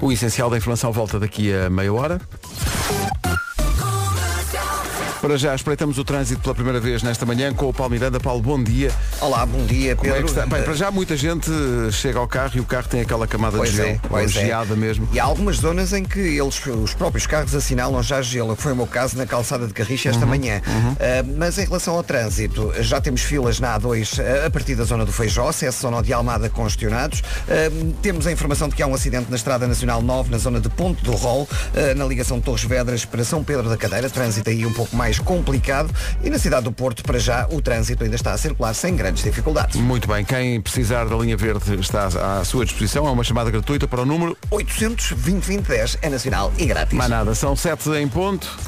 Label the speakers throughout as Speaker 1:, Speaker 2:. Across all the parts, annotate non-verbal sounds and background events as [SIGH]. Speaker 1: O essencial da informação volta daqui a meia hora. Para já espreitamos o trânsito pela primeira vez nesta manhã com o Paulo Miranda. Paulo, bom dia.
Speaker 2: Olá, bom dia,
Speaker 1: Como
Speaker 2: Pedro.
Speaker 1: é que está? Bem, para já muita gente chega ao carro e o carro tem aquela camada
Speaker 2: Pois
Speaker 1: de gelo,
Speaker 2: é,
Speaker 1: ou
Speaker 2: pois é.
Speaker 1: geada mesmo.
Speaker 2: E há algumas zonas em que eles, os próprios carros assinalam já gelo, que foi o meu caso na calçada de Carricha
Speaker 1: Uhum,
Speaker 2: esta manhã. Ah, mas em relação ao trânsito, já temos filas na A2 ah, a partir da zona do Feijó, acesso zona de Almada congestionados. Ah, temos a informação de que há um acidente na Estrada Nacional 9, na zona de Ponte do Rol, ah, na ligação de Torres Vedras para São Pedro da Cadeira, trânsito aí um pouco mais complicado. E na cidade do Porto, para já, o trânsito ainda está a circular sem grandes dificuldades.
Speaker 1: Muito bem, quem precisar da linha verde está à sua disposição, é uma chamada gratuita para o número
Speaker 2: 800 2010 é nacional e grátis.
Speaker 1: Mais nada, são sete em ponto.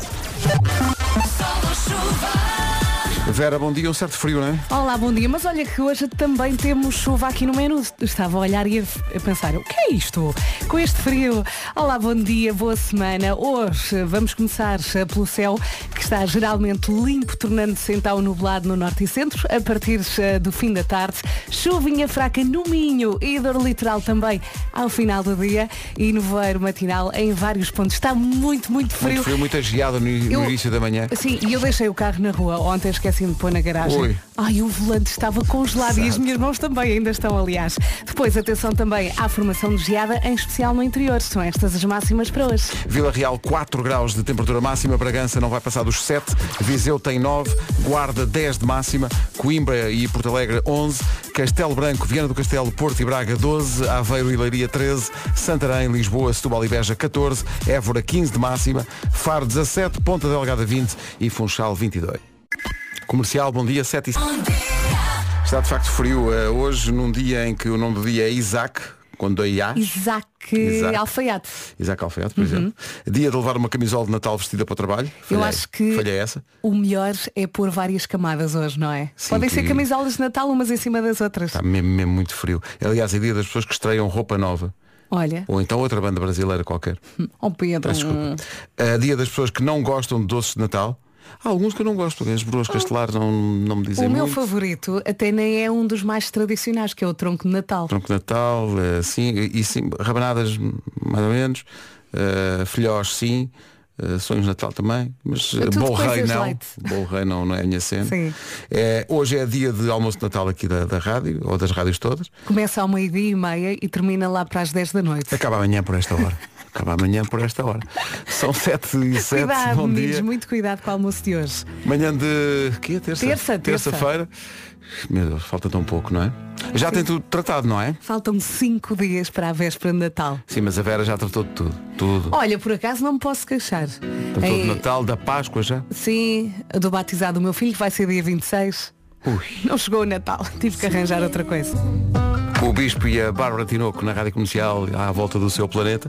Speaker 1: Vera, bom dia, um certo frio, não é?
Speaker 3: Olá, bom dia. Mas olha que hoje também temos chuva aqui no menu. Estava a olhar e a a pensar, o que é isto? Com este frio. Olá, bom dia, boa semana. Hoje vamos começar eh, pelo céu, que está geralmente limpo, tornando-se então nublado no norte e centro, a partir eh, do fim da tarde. Chuvinha fraca no Minho e dor litoral também ao final do dia e nevoeiro matinal em vários pontos. Está muito, muito
Speaker 1: Muito
Speaker 3: frio.
Speaker 1: frio, muita geada no, no
Speaker 3: Eu-
Speaker 1: início da manhã.
Speaker 3: Sim, e eu deixei o carro na rua ontem, esqueci-me de pôr na garagem.
Speaker 1: Ui.
Speaker 3: Ai, o volante estava congelado e as minhas mãos também ainda estão, aliás. Depois, atenção também à formação de geada, em especial no interior. São estas as máximas para hoje.
Speaker 1: Vila Real 4 graus de temperatura máxima, Bragança não vai passar dos 7, Viseu tem 9, Guarda 10 de máxima, Coimbra e Porto Alegre 11, Castelo Branco, Viana do Castelo, Porto e Braga 12, Aveiro e Leiria 13, Santarém, Lisboa, Setúbal e Beja 14, Évora 15 de máxima, Faro 17, Ponta Delgada 20 e Funchal 22. Comercial, bom dia, 7 e... Está de facto frio eh, hoje, num dia em que o nome do dia é Isaac, com dois I's.
Speaker 3: Isaac,
Speaker 1: Isaac.
Speaker 3: Alfaiate.
Speaker 1: Isaac Alfaiate, por exemplo. Dia de levar uma camisola de Natal vestida para o trabalho. Falhei.
Speaker 3: Uhum. Eu acho que
Speaker 1: Falhei essa.
Speaker 3: o melhor é pôr várias camadas hoje, não é?
Speaker 1: Sim, Tá.
Speaker 3: Podem
Speaker 1: que-
Speaker 3: ser camisolas de Natal umas em cima das outras.
Speaker 1: Está mesmo, mesmo muito frio. Aliás, é dia das pessoas que estreiam roupa nova.
Speaker 3: Olha,
Speaker 1: Ou então outra banda brasileira qualquer.
Speaker 3: oh Pedro.
Speaker 1: Peço desculpa. É dia das pessoas que não gostam de doces de Natal. Há alguns que eu não gosto. As broas castelares não, não me dizem
Speaker 3: O meu
Speaker 1: é muito.
Speaker 3: favorito até nem é um dos mais tradicionais, que é o tronco de Natal.
Speaker 1: Tronco de Natal, eh, sim. E sim, rabanadas, mais ou menos. Eh, filhós, sim. Eh, sonhos de Natal também, mas eh,
Speaker 3: É Tudo
Speaker 1: bolo rei
Speaker 3: coisas
Speaker 1: não.
Speaker 3: light.
Speaker 1: Bolo rei não, não é a minha cena.
Speaker 3: Sim.
Speaker 1: Eh, hoje é dia de almoço de Natal aqui da, da rádio, ou das rádios todas.
Speaker 3: Começa ao meio-dia e meia e termina lá para as 10 da noite.
Speaker 1: Acaba amanhã por esta hora. Acaba amanhã por esta hora. São 7 e 7,
Speaker 3: Cuidado,
Speaker 1: bom
Speaker 3: meninos,
Speaker 1: dia.
Speaker 3: muito cuidado com o almoço de hoje.
Speaker 1: Manhã de. Que é? Terça?
Speaker 3: Terça, terça.
Speaker 1: Terça-feira. Meu Deus, falta tão pouco, não é? Já tem tudo tratado, não é?
Speaker 3: Faltam cinco dias para a véspera de Natal.
Speaker 1: Sim, mas a Vera já tratou de tudo. Tudo.
Speaker 3: Olha, por acaso não me posso queixar.
Speaker 1: Tratou
Speaker 3: Eh,
Speaker 1: de Então Natal, da Páscoa já.
Speaker 3: Sim, do batizado do meu filho, que vai ser dia 26.
Speaker 1: Ui.
Speaker 3: Não chegou o Natal, [LAUGHS] tive que arranjar outra coisa.
Speaker 1: O Bispo e a Bárbara Tinoco na Rádio Comercial à volta do seu planeta.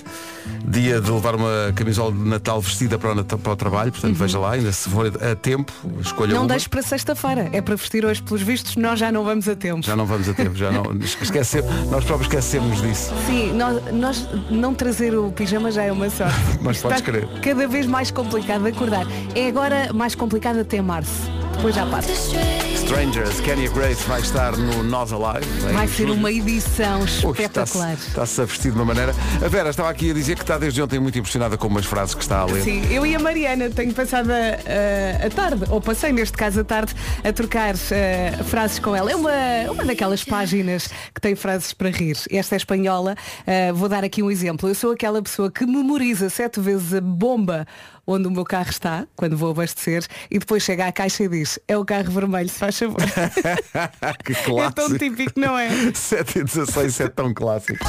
Speaker 1: Dia de levar uma camisola de Natal vestida para o, Natal- para o trabalho, portanto veja lá, ainda se for a tempo, escolha
Speaker 3: Uhum. Não
Speaker 1: uma.
Speaker 3: deixe para sexta-feira, é para vestir hoje pelos vistos, nós já não vamos a tempo.
Speaker 1: Já não vamos a tempo, já não. Esquece... Nós próprios esquecemos disso.
Speaker 3: Sim, nós, nós não trazer o pijama já é uma sorte.
Speaker 1: [LAUGHS] Mas
Speaker 3: Está
Speaker 1: podes crer.
Speaker 3: Cada vez mais complicado de acordar. É agora mais complicado até março. Depois já passa.
Speaker 1: Strangers, Kenya Grace vai estar no Nós Alive. em
Speaker 3: Vai ser
Speaker 1: julho.
Speaker 3: uma edição
Speaker 1: Ui,
Speaker 3: espetacular.
Speaker 1: Está-se está-se a vestir de uma maneira. A Vera estava aqui a dizer que está desde ontem muito impressionada com umas frases que está a ler.
Speaker 3: Sim, eu e a Mariana tenho passado a, a- a tarde, ou passei neste caso a tarde, a trocar eh, frases com ela. É uma, uma daquelas páginas que tem frases para rir. Esta é espanhola, eh, vou dar aqui um exemplo. Eu sou aquela pessoa que memoriza sete vezes a bomba onde o meu carro está, quando vou abastecer, e depois chega à caixa e diz, é o carro vermelho, se faz [LAUGHS] favor.
Speaker 1: [LAUGHS] que
Speaker 3: é
Speaker 1: clássico. [LAUGHS]
Speaker 3: tão típico, não é?
Speaker 1: 7 e 16, 7 tão clássico.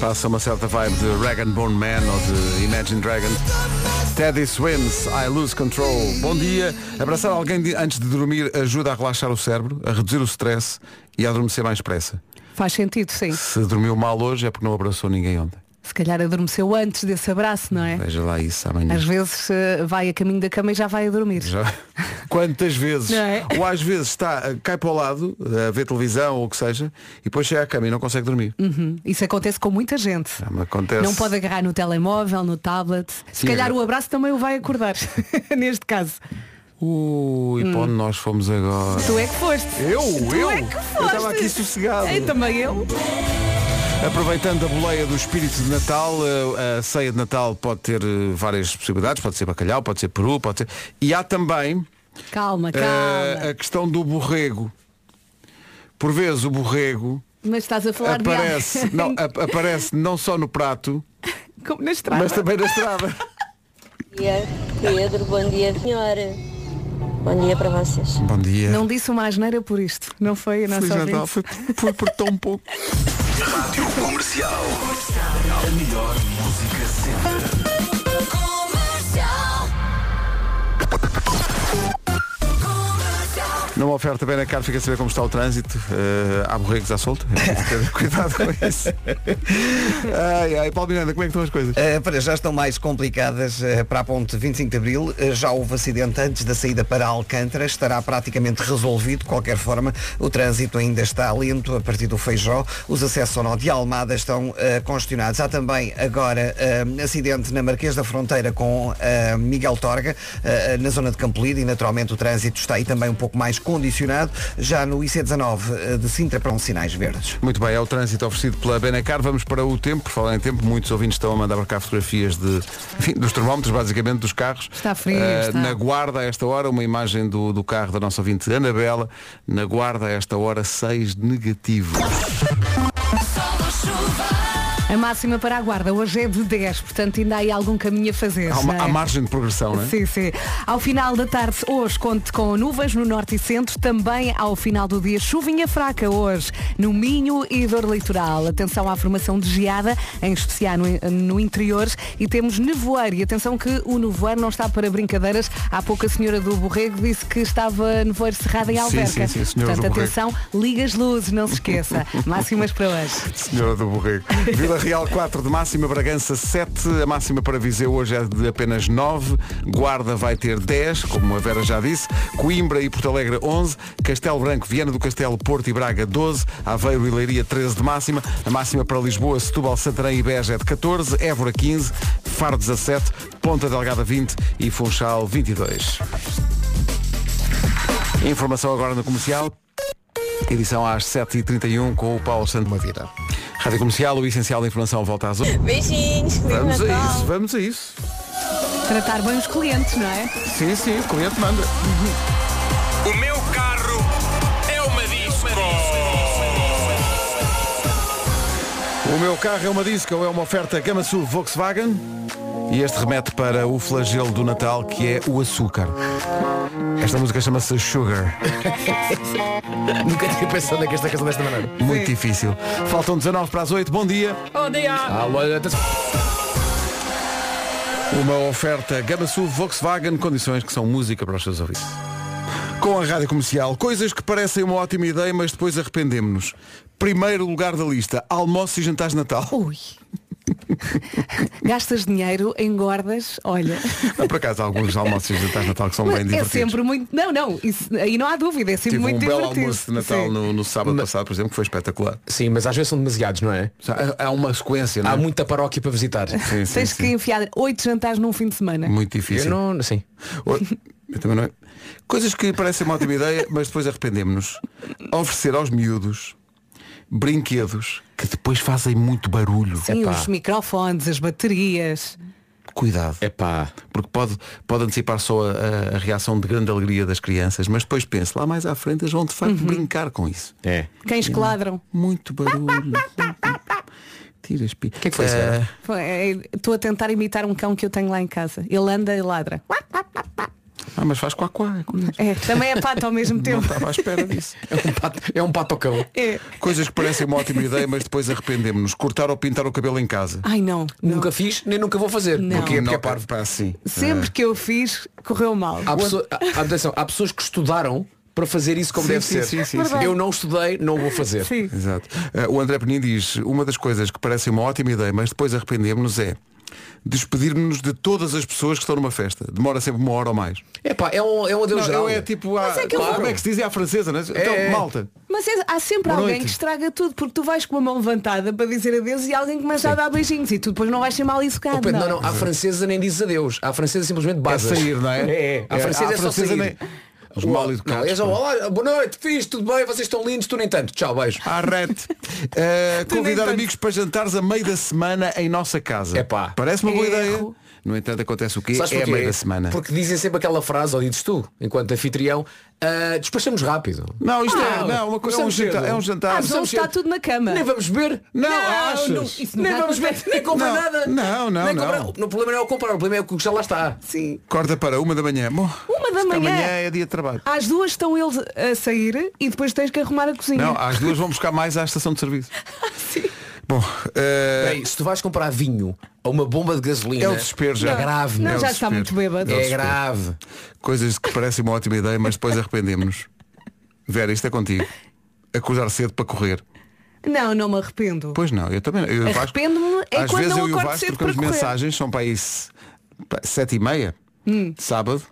Speaker 1: Passa uma certa vibe de Rag and Bone Man ou de Imagine Dragons. Teddy Swims, I Lose Control. Bom dia. Abraçar alguém de- antes de dormir ajuda a relaxar o cérebro, a reduzir o stress e a adormecer mais depressa.
Speaker 3: Faz sentido, sim.
Speaker 1: Se dormiu mal hoje é porque não abraçou ninguém ontem.
Speaker 3: Se calhar adormeceu antes desse abraço, não é?
Speaker 1: Veja lá isso amanhã.
Speaker 3: Às vezes eh, vai a caminho da cama e já vai a dormir.
Speaker 1: [LAUGHS] Já. Quantas vezes?
Speaker 3: Não é?
Speaker 1: Ou às vezes está, eh, cai para o lado, a ver televisão ou o que seja, e depois chega à cama e não consegue dormir.
Speaker 3: Uhum. Isso acontece com muita gente.
Speaker 1: Ah, mas Acontece.
Speaker 3: Não pode agarrar no telemóvel, no tablet. Se
Speaker 1: Sim, é
Speaker 3: calhar
Speaker 1: agarra-
Speaker 3: o abraço também o vai acordar, [LAUGHS] neste caso.
Speaker 1: Ui, para onde nós fomos agora?
Speaker 3: Tu é que foste.
Speaker 1: Eu,
Speaker 3: tu
Speaker 1: eu?
Speaker 3: é que
Speaker 1: Eu
Speaker 3: foste.
Speaker 1: estava aqui sossegado.
Speaker 3: Ei, também eu.
Speaker 1: Aproveitando a boleia do espírito de Natal, eh, a ceia de Natal pode ter eh, várias possibilidades, pode ser bacalhau, pode ser peru, pode ser. E há também
Speaker 3: Calma,
Speaker 1: eh,
Speaker 3: calma.
Speaker 1: a questão do borrego. Por vezes o borrego
Speaker 3: Mas estás a falar
Speaker 1: aparece
Speaker 3: de
Speaker 1: não,
Speaker 3: [LAUGHS]
Speaker 1: é, ap- aparece não só no prato,
Speaker 3: Como na estrada.
Speaker 1: mas também na
Speaker 3: [LAUGHS]
Speaker 1: estrada.
Speaker 4: Bom dia, Pedro. Bom dia, senhora. Bom dia para vocês.
Speaker 1: Bom dia.
Speaker 3: Não disse uma asneira por isto. Não foi a nossa
Speaker 1: Feliz
Speaker 3: ouvinte.
Speaker 1: Natal, foi, foi por tão pouco. Numa oferta bem na cara, fica a saber como está o trânsito. Eh, há borregos à
Speaker 3: [LAUGHS]
Speaker 1: solta. É preciso ter Cuidado com isso. Ai, ai, Paulo Miranda, como é que estão as coisas?
Speaker 2: Uh, para já estão mais complicadas uh, para a ponte 25 de Abril. Uh, já houve acidente antes da saída para Alcântara. Estará praticamente resolvido. De qualquer forma, o trânsito ainda está lento a partir do Feijó. Os acessos ao nó de Almada estão uh, congestionados. Há também agora uh, acidente na Marquês da Fronteira com uh, Miguel Torga, uh, uh, na zona de Campolide. E naturalmente o trânsito está aí também um pouco mais condicionado. Já no IC19 uh, de Sintra para um sinais verdes.
Speaker 1: Muito bem, é o trânsito oferecido pela Benacar. Vamos para o tempo. Por falar em tempo, muitos ouvintes estão a mandar para cá fotografias de, enfim, dos termómetros, basicamente, dos carros.
Speaker 3: Está frio,
Speaker 1: Eh,
Speaker 3: está.
Speaker 1: Na guarda, a esta hora, uma imagem do, do carro da nossa ouvinte Anabela. Na guarda, a esta hora, 6 negativo.
Speaker 3: A máxima para a guarda hoje é de 10, portanto ainda há aí algum caminho a fazer.
Speaker 1: Há, uma-
Speaker 3: não é?
Speaker 1: há margem de progressão, não é?
Speaker 3: Sim, sim. Ao final da tarde, hoje, conte com nuvens no norte e centro. Também ao final do dia, chuvinha fraca hoje no Minho e dor litoral. Atenção à formação de geada, em especial no, no interior. E temos nevoeiro. E atenção que o nevoeiro não está para brincadeiras. Há pouco a senhora do Borrego disse que estava nevoeiro cerrado em
Speaker 1: Sim, sim,
Speaker 3: Alverca.
Speaker 1: sim, senhora do
Speaker 3: Portanto,
Speaker 1: Borrego.
Speaker 3: atenção, liga as luzes, não
Speaker 1: [LAUGHS]
Speaker 3: se esqueça. Máximas para hoje.
Speaker 1: Senhora do Borrego. Vila Real 4 de máxima, Bragança 7. A máxima para Viseu hoje é de apenas 9. Guarda vai ter 10, como a Vera já disse. Coimbra e Porto Alegre 11. Castelo Branco, Viana do Castelo, Porto e Braga 12. Aveiro e Leiria 13 de máxima. A máxima para Lisboa, Setúbal, Santarém e Beja é de 14. Évora 15. Faro 17. Ponta Delgada 20. E Funchal 22. Informação agora no comercial. Edição às 7h31 com o Paulo Santo Mavida. Rádio Comercial, o essencial da informação volta às 8.
Speaker 4: Beijinhos, Feliz
Speaker 1: Vamos a
Speaker 4: Natal.
Speaker 1: isso, vamos a isso.
Speaker 3: Tratar bem os clientes, não é?
Speaker 1: Sim, sim, o cliente manda.
Speaker 5: O meu carro é uma disco.
Speaker 1: O meu carro é uma disco, é uma oferta Gama Sul Volkswagen. E este remete para o flagelo do Natal, que é o açúcar. Esta música chama-se Sugar.
Speaker 6: Nunca tinha pensado nesta é questão desta maneira.
Speaker 1: Muito difícil. Faltam 19 para as 8. Bom dia.
Speaker 6: Alô, atenção.
Speaker 1: Uma oferta Gama Sul Volkswagen, condições que são música para os seus ouvidos. Com a rádio comercial, coisas que parecem uma ótima ideia, mas depois arrependemos-nos. Primeiro lugar da lista, almoços e jantares de Natal.
Speaker 3: [LAUGHS] Ui. Gastas dinheiro, engordas, olha.
Speaker 1: Não, por acaso, há alguns almoços e jantares de Natal que são bem
Speaker 3: Mas é
Speaker 1: divertidos.
Speaker 3: sempre muito. Não, não, isso, aí não há dúvida, é sempre
Speaker 1: Tive
Speaker 3: muito
Speaker 1: um belo
Speaker 3: divertido.
Speaker 1: almoço de Natal
Speaker 3: Sim.
Speaker 1: no, no sábado passado, por exemplo, que foi espetacular.
Speaker 6: Sim, mas às vezes são demasiados, não é?
Speaker 1: Há uma sequência, é?
Speaker 6: Há muita paróquia para visitar.
Speaker 1: Sim, sim,
Speaker 3: Tens que
Speaker 1: sim.
Speaker 3: enfiar oito jantares num fim de semana.
Speaker 1: Muito
Speaker 6: Eu
Speaker 1: difícil.
Speaker 6: não, sim.
Speaker 1: Ou- Eu também não é. Coisas que parecem uma ótima ideia, mas depois arrependemos-nos. Oferecer aos miúdos brinquedos que depois fazem muito barulho.
Speaker 3: Sim,
Speaker 6: Epá.
Speaker 3: os microfones, as baterias.
Speaker 1: Cuidado.
Speaker 6: Epá.
Speaker 1: Porque pode, pode antecipar só a, a- a reação de grande alegria das crianças, mas depois penso, lá mais à frente eles vão de facto
Speaker 3: Uhum.
Speaker 1: brincar com isso.
Speaker 6: É.
Speaker 3: Cães
Speaker 1: Hum.
Speaker 3: que ladram.
Speaker 1: Muito barulho. Tiras O que
Speaker 6: é que foi isso, Vera?
Speaker 3: Foi, é, Estou a tentar imitar um cão que eu tenho lá em casa. Ele anda e ladra.
Speaker 1: Ah, mas faz quá quá. é curioso.
Speaker 3: É, também é pato ao mesmo
Speaker 1: [LAUGHS] Não
Speaker 3: tempo.
Speaker 1: estava à espera disso.
Speaker 6: É um pato, é um patocão.
Speaker 3: [LAUGHS] É.
Speaker 1: Coisas que parecem uma ótima ideia, mas depois arrependemos-nos. Cortar ou pintar o cabelo em casa.
Speaker 3: Ai não.
Speaker 1: Hum.
Speaker 3: não.
Speaker 6: Nunca fiz, nem nunca vou fazer.
Speaker 3: Não.
Speaker 6: Porquê?
Speaker 1: Não, assim. É.
Speaker 6: Porque é parvo.
Speaker 1: pá, sim.
Speaker 3: Sempre que eu fiz, correu mal.
Speaker 6: Há, pessoa- há- atenção, há pessoas que estudaram para fazer isso como
Speaker 1: Sim,
Speaker 6: deve
Speaker 1: sim,
Speaker 6: ser.
Speaker 1: sim, sim, sim.
Speaker 6: Eu não estudei, não vou fazer.
Speaker 3: Sim.
Speaker 1: Exato. Eh, o André Penin diz, uma das coisas que parece uma ótima ideia, mas depois arrependemos-nos é Despedir-nos de todas as pessoas que estão numa festa. Demora sempre uma hora ou mais.
Speaker 6: É pá, é um, é um adeus
Speaker 1: Não,
Speaker 6: geral.
Speaker 1: eu é tipo à-
Speaker 3: Mas é que eu-
Speaker 1: Como é que se diz? É à francesa, não é?
Speaker 6: é.
Speaker 1: Então, malta.
Speaker 3: Mas é- há sempre
Speaker 1: Boa
Speaker 3: alguém
Speaker 1: noite.
Speaker 3: que estraga tudo, porque tu vais com a mão levantada para dizer adeus e alguém começa a dar beijinhos e tu depois não vais ser mal
Speaker 6: Oh,
Speaker 3: educado.
Speaker 6: Pedro, não,
Speaker 3: não. é?
Speaker 6: não, à francesa nem dizes adeus. À francesa simplesmente
Speaker 1: É
Speaker 6: basas.
Speaker 1: sair, não é?
Speaker 6: É, é. À francesa é, só sair.
Speaker 1: nem- Os mal educados.
Speaker 6: Não, é só,
Speaker 1: pá.
Speaker 6: olá, boa noite, fiz, tudo bem, vocês estão lindos, tu nem tanto. Tchau, beijo.
Speaker 1: [LAUGHS] Arrete.
Speaker 3: nem
Speaker 1: Eh, convidar
Speaker 3: tanto.
Speaker 1: amigos para jantares a meio da semana em nossa casa.
Speaker 6: Epá.
Speaker 1: Parece uma boa ideia.
Speaker 3: Erro.
Speaker 1: No entanto, acontece o quê?
Speaker 6: Sabes
Speaker 1: é a
Speaker 6: porquê?
Speaker 1: meio da semana.
Speaker 6: Porque dizem sempre aquela frase, ou dizes tu, enquanto anfitrião, ah, despachamos rápido.
Speaker 1: Não, isto
Speaker 6: Ah,
Speaker 1: é, não, uma coisa, é um
Speaker 6: começamos
Speaker 1: jantar.
Speaker 6: cedo.
Speaker 1: É um jantar.
Speaker 3: Ah, mas não está tudo na cama.
Speaker 6: Nem vamos beber?
Speaker 1: Não,
Speaker 3: achas? não, isso
Speaker 6: nem
Speaker 3: nunca
Speaker 6: vamos beber,
Speaker 3: acontece.
Speaker 6: nem compra
Speaker 1: Não,
Speaker 6: nada.
Speaker 1: não, não,
Speaker 6: nem
Speaker 1: não.
Speaker 6: compra- O problema não é o comprar, o problema é o que já lá está.
Speaker 3: Sim.
Speaker 1: Corta para uma da manhã. Bom,
Speaker 3: Uma da
Speaker 1: isto
Speaker 3: manhã. Ah,
Speaker 1: Amanhã é dia de trabalho.
Speaker 3: Às duas estão eles a sair e depois tens que arrumar a cozinha.
Speaker 1: Não, às duas vão buscar mais à estação de
Speaker 3: [LAUGHS]
Speaker 1: serviço.
Speaker 3: Ah,
Speaker 1: Bom, eh,
Speaker 6: Bem, se tu vais comprar vinho ou uma bomba de gasolina,
Speaker 1: É o desespero já.
Speaker 6: É grave,
Speaker 3: Não,
Speaker 1: é o
Speaker 3: já está
Speaker 1: desespero.
Speaker 3: muito bêbado.
Speaker 1: o
Speaker 6: é
Speaker 1: desespero.
Speaker 6: grave.
Speaker 1: Coisas que parecem uma ótima ideia, mas depois arrependemos-nos. Vera, isto é contigo. Acusar cedo para correr.
Speaker 3: Não, não me arrependo.
Speaker 1: Pois não, eu também. não. Eu e o Vasco-
Speaker 3: Arrependo-me é
Speaker 1: Às
Speaker 3: quando
Speaker 1: vezes
Speaker 3: não
Speaker 1: eu e o
Speaker 3: acordo
Speaker 1: Vasco
Speaker 3: cedo
Speaker 1: trocamos
Speaker 3: para correr.
Speaker 1: mensagens, são para aí se- pá, sete e meia,
Speaker 3: Hum.
Speaker 1: sábado,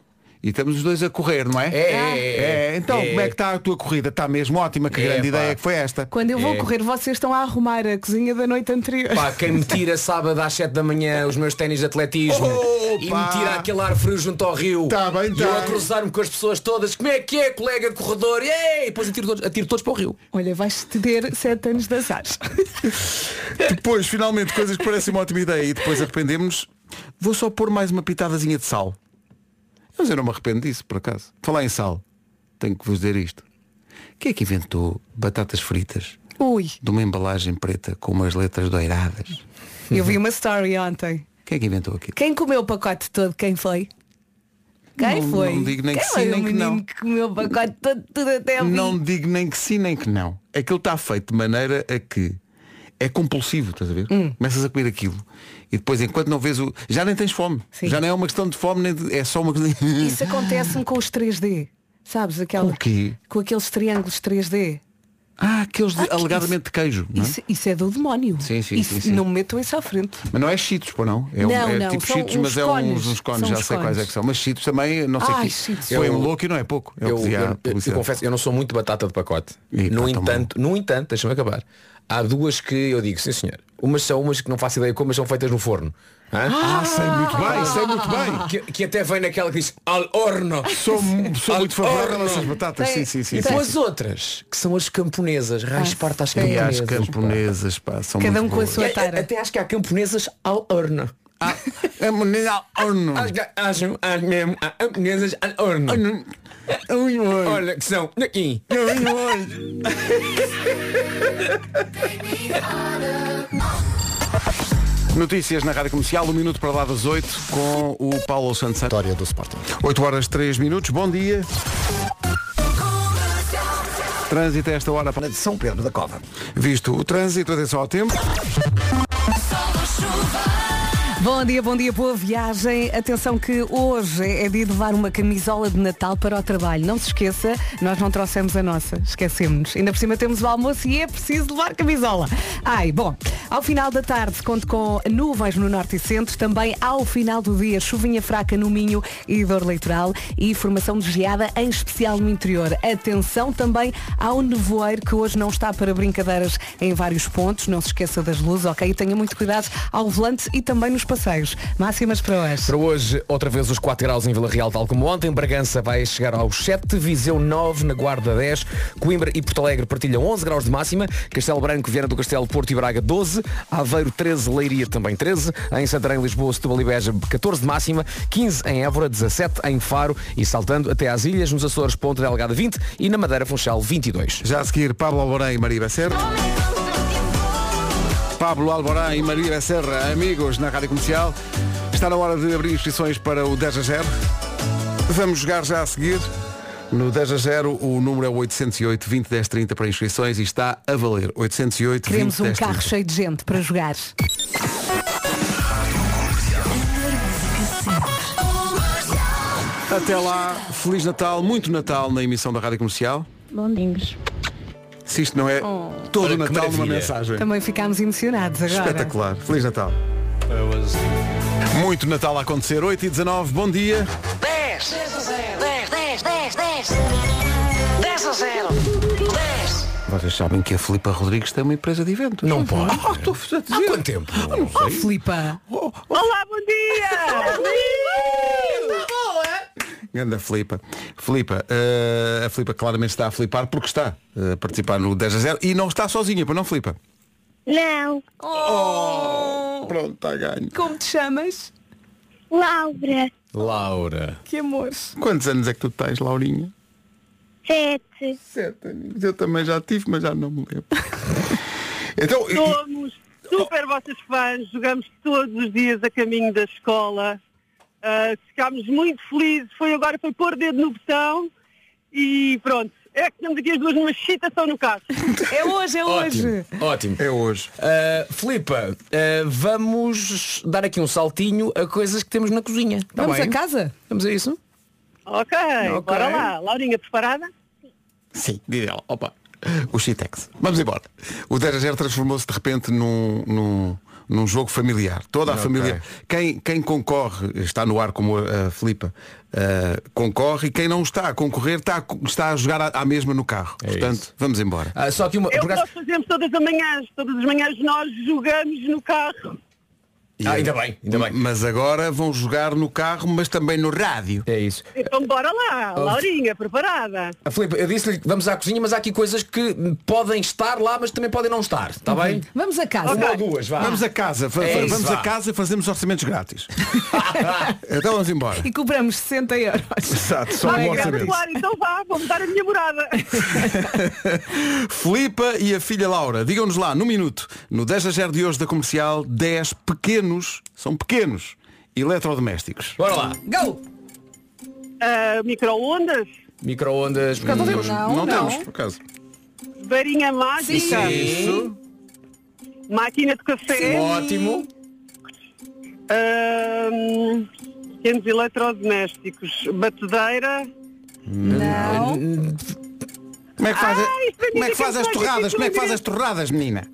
Speaker 1: e estamos os dois a correr, não é?
Speaker 6: É, é,
Speaker 3: Ah.
Speaker 6: é.
Speaker 1: É, então,
Speaker 6: É.
Speaker 1: como é que está a tua corrida? Está mesmo ótima, que
Speaker 6: É,
Speaker 1: grande
Speaker 6: pá.
Speaker 1: ideia que foi esta.
Speaker 3: Quando eu vou correr, vocês estão a arrumar a cozinha da noite anterior.
Speaker 6: Pá, quem me tira sábado às 7 da manhã os meus ténis de atletismo
Speaker 1: Oh,
Speaker 6: e
Speaker 1: pá.
Speaker 6: me tira aquele ar frio junto ao rio
Speaker 1: Tá bem,
Speaker 6: e
Speaker 1: tá.
Speaker 6: eu a cruzar-me com as pessoas todas, como é que é, colega de corredor? E aí, depois atiro todos, atiro todos para o rio.
Speaker 3: [LAUGHS] Olha, vais ter sete anos de azar. [LAUGHS]
Speaker 1: Depois, finalmente, coisas que parecem uma ótima ideia e depois arrependemos. Vou só pôr mais uma pitadazinha de sal. Mas eu não me arrependo disso, por acaso. Falar em sal, tenho que vos dizer isto. Quem é que inventou batatas fritas
Speaker 3: Ui,
Speaker 1: de uma embalagem preta com umas letras doiradas?
Speaker 3: eu vi uma story ontem.
Speaker 1: Quem é que inventou aquilo?
Speaker 3: Quem comeu o pacote todo? Quem foi? Quem
Speaker 1: Não-
Speaker 3: foi?
Speaker 1: não digo nem
Speaker 3: Quem
Speaker 1: que
Speaker 3: foi
Speaker 1: sim,
Speaker 3: o
Speaker 1: nem que
Speaker 3: menino
Speaker 1: não.
Speaker 3: que comeu o pacote todo, tudo até ao
Speaker 1: Não
Speaker 3: fim?
Speaker 1: digo nem que sim nem que não. Aquilo está feito de maneira a que é compulsivo, estás a ver?
Speaker 3: Hum.
Speaker 1: Começas a comer aquilo e depois enquanto não vês o. Já nem tens fome.
Speaker 3: Sim.
Speaker 1: Já não é uma questão de fome, nem de- é só uma questão.
Speaker 3: Isso acontece-me com os 3D. Sabes? Aquela...
Speaker 1: Com o quê?
Speaker 3: Com aqueles triângulos 3D.
Speaker 1: [LAUGHS] Ah, aqueles de-
Speaker 3: Ah, que
Speaker 1: alegadamente de queijo, não é?
Speaker 3: Isso, isso é do demónio.
Speaker 1: Sim, sim,
Speaker 3: Isso-
Speaker 1: sim, sim.
Speaker 3: Não me metam isso à frente.
Speaker 1: Mas não é cheetos, pô, não? É, um-
Speaker 3: Não,
Speaker 1: é
Speaker 3: não,
Speaker 1: tipo
Speaker 3: são
Speaker 1: cheetos,
Speaker 3: uns
Speaker 1: mas é
Speaker 3: cones.
Speaker 1: uns, uns cones,
Speaker 3: São
Speaker 1: já
Speaker 3: uns
Speaker 1: sei quais é
Speaker 3: cones.
Speaker 1: que são. Mas cheetos também, não sei o
Speaker 3: Ai, cheetos.
Speaker 1: que. Põe
Speaker 6: Eu-
Speaker 1: louco e não é pouco. É o
Speaker 6: eu,
Speaker 1: que dizia a
Speaker 6: eu- eu
Speaker 1: publicidade.
Speaker 6: confesso, eu não sou muito batata de pacote.
Speaker 1: E
Speaker 6: no,
Speaker 1: pá, tá tão
Speaker 6: entanto, no entanto, deixa-me acabar. Há duas que eu digo, sim senhor. Umas são umas que não faço ideia como, mas são feitas no forno. Hã?
Speaker 1: Ah, sei muito bem, sei muito bem.
Speaker 6: Que, que até vem naquela que diz al horno.
Speaker 1: Sou, sou
Speaker 6: Al
Speaker 1: muito favorável a
Speaker 6: horno.
Speaker 1: essas batatas. Sim,
Speaker 3: Tem-
Speaker 1: sim, sim.
Speaker 6: E
Speaker 1: sim,
Speaker 6: depois
Speaker 1: sim.
Speaker 6: Então as outras, que são as camponesas.
Speaker 3: Ah,
Speaker 6: Raios parta às
Speaker 1: E as
Speaker 6: camponesas.
Speaker 1: camponesas, pá, são
Speaker 3: Cada um
Speaker 1: muito
Speaker 3: com a
Speaker 1: boas.
Speaker 3: sua
Speaker 6: pá.
Speaker 3: tara.
Speaker 6: Até acho que há camponesas al horno.
Speaker 1: Ah, é moneda ao horno.
Speaker 6: Acho que acho, acho mesmo, há camponesas al horno.
Speaker 1: Horno. Ui, ui.
Speaker 6: Olha que são aqui.
Speaker 1: Ui, ui. Notícias na Rádio Comercial, um minuto para lá das 8 com o Paulo Santos. Santos.
Speaker 6: História do Sporting.
Speaker 1: 8 horas 3 minutos, bom dia. Trânsito a esta hora.
Speaker 2: de Eh, São Pedro da Cova.
Speaker 1: Visto o trânsito, atenção ao tempo.
Speaker 3: Bom dia, bom dia, boa viagem. Atenção que hoje é dia de levar uma camisola de Natal para o trabalho. Não se esqueça, nós não trouxemos a nossa, esquecemos. Ainda por cima temos o almoço e é preciso levar camisola. Ai, bom, ao final da tarde conto com nuvens no norte e centro, também ao final do dia chuvinha fraca no Minho e dor litoral e formação de geada, em especial no interior. Atenção também ao nevoeiro que hoje não está para brincadeiras em vários pontos. Não se esqueça das luzes, ok? E tenha muito cuidado ao volante e também nos passeios. Máximas para hoje.
Speaker 6: Para hoje, outra vez os 4 graus em Vila Real, tal como ontem. Bragança vai chegar aos 7, Viseu 9, na Guarda 10, Coimbra e Porto Alegre partilham 11 graus de máxima, Castelo Branco, Viana do Castelo, Porto e Braga 12, Aveiro 13, Leiria também 13, em Santarém, Lisboa, Setúbal e Beja 14 de máxima, 15 em Évora, 17 em Faro e saltando até às Ilhas, nos Açores, Ponta Delgada 20 e na Madeira, Funchal 22.
Speaker 1: Já a seguir, Pablo Alborã e Maria Becerra. Pablo Alborã e Maria Becerra, amigos na Rádio Comercial. Está na hora de abrir inscrições para o 10 a 0. Vamos jogar já a seguir. No 10 a 0, o número é 808 20 10 30 para inscrições e está a valer. 808
Speaker 3: Queremos
Speaker 1: 20
Speaker 3: um
Speaker 1: 10 30.
Speaker 3: carro cheio de gente para jogar.
Speaker 1: Até lá, Feliz Natal, muito Natal na emissão da Rádio Comercial.
Speaker 4: Bondinhos.
Speaker 1: Se isto não é todo o Natal numa mensagem.
Speaker 3: Também ficámos emocionados Oh. agora.
Speaker 1: Espetacular. Feliz Natal. Muito Natal a acontecer, 8 e 19, bom dia.
Speaker 7: 10, 10, 10, 10, 10, 10 a 0, 10.
Speaker 1: Vocês sabem que a Filipa Rodrigues tem uma empresa de eventos. Não pode. estou a dizer.
Speaker 6: é?
Speaker 1: Ah,
Speaker 6: Há quanto tempo?
Speaker 3: Oh, Filipa.
Speaker 8: Olá, bom
Speaker 1: [LAUGHS]
Speaker 8: dia!
Speaker 1: Ganda Filipa. Filipa, eh, a Filipa claramente está a flipar porque está eh, a participar no 10 a 0 e não está sozinha, pois não, Filipa? Oh!
Speaker 8: Não,
Speaker 1: Pronto, está ganho.
Speaker 3: Como te chamas?
Speaker 8: Laura,
Speaker 6: Laura.
Speaker 3: Que amor.
Speaker 1: Quantos anos é que tu tens, Laurinha?
Speaker 8: sete,
Speaker 1: Sete anos. Eu também já tive, mas já não me lembro. então, e-
Speaker 9: Somos super vossos fãs, jogamos todos os dias a caminho da escola. Ah, ficámos muito felizes, foi agora foi pôr o dedo no botão e pronto. É que estamos aqui as duas numa excitação no carro.
Speaker 3: É hoje, é hoje.
Speaker 6: Ótimo, ótimo.
Speaker 1: é hoje.
Speaker 6: Uh, Filipa, uh, vamos dar aqui um saltinho a coisas que temos na cozinha. Tá
Speaker 3: Vamos
Speaker 6: bem?
Speaker 3: a casa?
Speaker 6: Vamos a isso?
Speaker 9: Ok, bora lá. Laurinha, preparada?
Speaker 1: Sim, diz ela. Opa. O Chitex. Vamos embora. O 10 a 0 transformou-se de repente num, num, num jogo familiar. Toda a família. Quem, quem concorre, está no ar como a, a Filipa, eh, concorre e quem não está a concorrer está a, co- está a jogar à, à mesma no carro. Portanto,
Speaker 6: É isso.
Speaker 1: vamos embora.
Speaker 6: Ah, só que uma.
Speaker 9: É o
Speaker 6: por
Speaker 9: que
Speaker 6: acaso-
Speaker 9: nós fazemos todas as manhãs. Todas as manhãs nós jogamos no carro.
Speaker 6: Ah, ainda bem, ainda bem.
Speaker 1: Mas agora vão jogar no carro, mas também no rádio.
Speaker 6: É isso.
Speaker 9: Então bora lá, Laurinha, preparada?
Speaker 6: Ah, Filipe, eu disse-lhe que vamos à cozinha, mas há aqui coisas que podem estar lá, mas também podem não estar. Está bem?
Speaker 3: Vamos a casa.
Speaker 6: Uma Uhum. ou duas, vá.
Speaker 1: Vamos a casa, fa-
Speaker 6: É
Speaker 1: fa-
Speaker 6: isso,
Speaker 1: vamos
Speaker 6: vá.
Speaker 1: a casa e fazemos orçamentos
Speaker 6: [LAUGHS]
Speaker 1: grátis. então vamos embora.
Speaker 3: E cobramos 60 euros.
Speaker 1: Exato, só
Speaker 3: Ai,
Speaker 1: um
Speaker 3: graças
Speaker 1: orçamento.
Speaker 9: Claro, então vá, vou mudar a minha morada.
Speaker 1: Filipa e a filha Laura, digam-nos lá, num minuto, no 10 a 0 de hoje da comercial, 10 pequenos, são pequenos, eletrodomésticos.
Speaker 6: Bora lá.
Speaker 3: Go!
Speaker 9: Ah, Micro-ondas,
Speaker 6: Microondas.
Speaker 3: não
Speaker 6: hum,
Speaker 3: temos. Não, não.
Speaker 1: temos, por acaso.
Speaker 9: varinha mágica,
Speaker 6: Isso.
Speaker 9: máquina de café,
Speaker 6: Ótimo.
Speaker 9: Ahm, pequenos eletrodomésticos, batedeira.
Speaker 3: Não.
Speaker 1: Como é que faz, a-
Speaker 9: Ah, isso para mim
Speaker 1: como é que
Speaker 9: fica
Speaker 1: faz as
Speaker 9: bem,
Speaker 1: torradas?
Speaker 9: isso
Speaker 1: Como é que faz
Speaker 9: para
Speaker 1: as torradas, menina?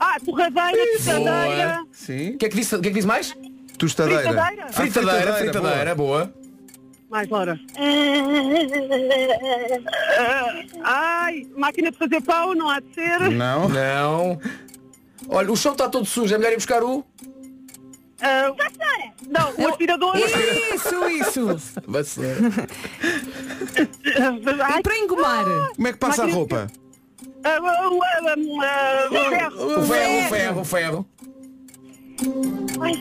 Speaker 9: Ah, torradeira, fritadeira.
Speaker 1: Sim.
Speaker 6: O que é que disse, o que é que disse mais?
Speaker 1: Tostadeira.
Speaker 9: Fritadeira.
Speaker 1: Ah,
Speaker 6: Fritadeira, fritadeira, boa.
Speaker 9: Mais, Laura. Ah, ai, máquina de fazer pão, não há de ser.
Speaker 1: boa. Não.
Speaker 6: Não. Olha, o chão está todo sujo, é melhor ir buscar o.
Speaker 9: Ah, não, o aspirador.
Speaker 3: Isso, isso.
Speaker 9: Ah, Ai,
Speaker 3: E para engomar.
Speaker 1: Como é que passa a
Speaker 9: Máquina-
Speaker 1: roupa?
Speaker 9: ah, ah, ah, ah, ah, ferro.
Speaker 6: O ferro, o ferro, o ferro.
Speaker 9: Ai,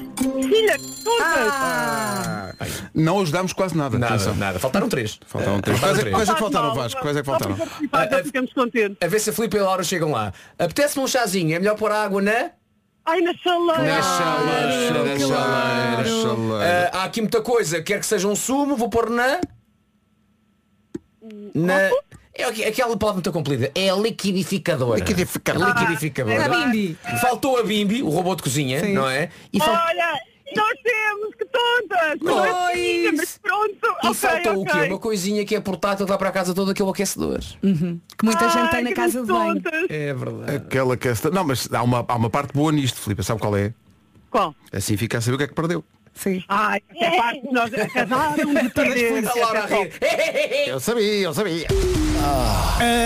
Speaker 9: filha,
Speaker 1: Ah.
Speaker 9: todas.
Speaker 1: Não ajudámos quase nada. atenção.
Speaker 6: nada. Faltaram três.
Speaker 1: Faltaram três. Quais é,
Speaker 6: três.
Speaker 1: quais é que faltaram,
Speaker 9: Faz mal.
Speaker 1: Vasco? Quais é que faltaram? é-
Speaker 9: Só por participar, já ficamos contentes.
Speaker 6: A ver se a Filipe e a Laura chegam lá. Apetece-me um chazinho, é melhor pôr a água na.
Speaker 9: Ai, na chaleira.
Speaker 1: Chaleira, chaleira, chaleira.
Speaker 6: Ah, há aqui muita coisa, quer que seja um sumo, vou pôr na. Na. É aqu- aquela palavra muito comprida. É a liquidificadora. Liquidificadora.
Speaker 3: Ah, A
Speaker 6: liquidificadora.
Speaker 3: bimbi. Ah,
Speaker 6: Faltou a Bimbi, o robô de cozinha,
Speaker 3: Sim.
Speaker 6: não é? E fal-
Speaker 9: Olha, nós temos que todas. Não é
Speaker 6: Pois.
Speaker 9: pequenina, mas pronto.
Speaker 6: E
Speaker 9: ok, ok.
Speaker 6: faltou o quê? Uma coisinha que é portátil que vai para casa toda, que é o aquecedor.
Speaker 3: Que muita gente
Speaker 9: Ai,
Speaker 3: tem na
Speaker 9: que
Speaker 3: casa de banho.
Speaker 9: tontas.
Speaker 6: É verdade.
Speaker 1: Aquela que... Não, mas há uma, há uma parte boa nisto, Filipe. Sabe qual é?
Speaker 9: Qual?
Speaker 1: Assim fica a saber o que é que perdeu.
Speaker 3: Sim.
Speaker 9: Ai, essa
Speaker 6: É.
Speaker 9: parte que
Speaker 6: [LAUGHS]
Speaker 9: nós acabaram de perder.
Speaker 6: A Laura a rir.
Speaker 1: Eu sabia, eu sabia.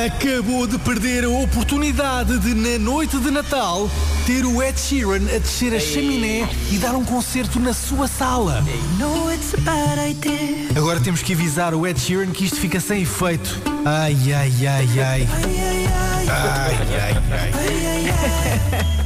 Speaker 10: Acabou de perder a oportunidade de, na noite de Natal, ter o Ed Sheeran a descer a chaminé e dar um concerto na sua sala. Agora temos que avisar o Ed Sheeran que isto fica sem efeito. Ai, ai, ai, ai.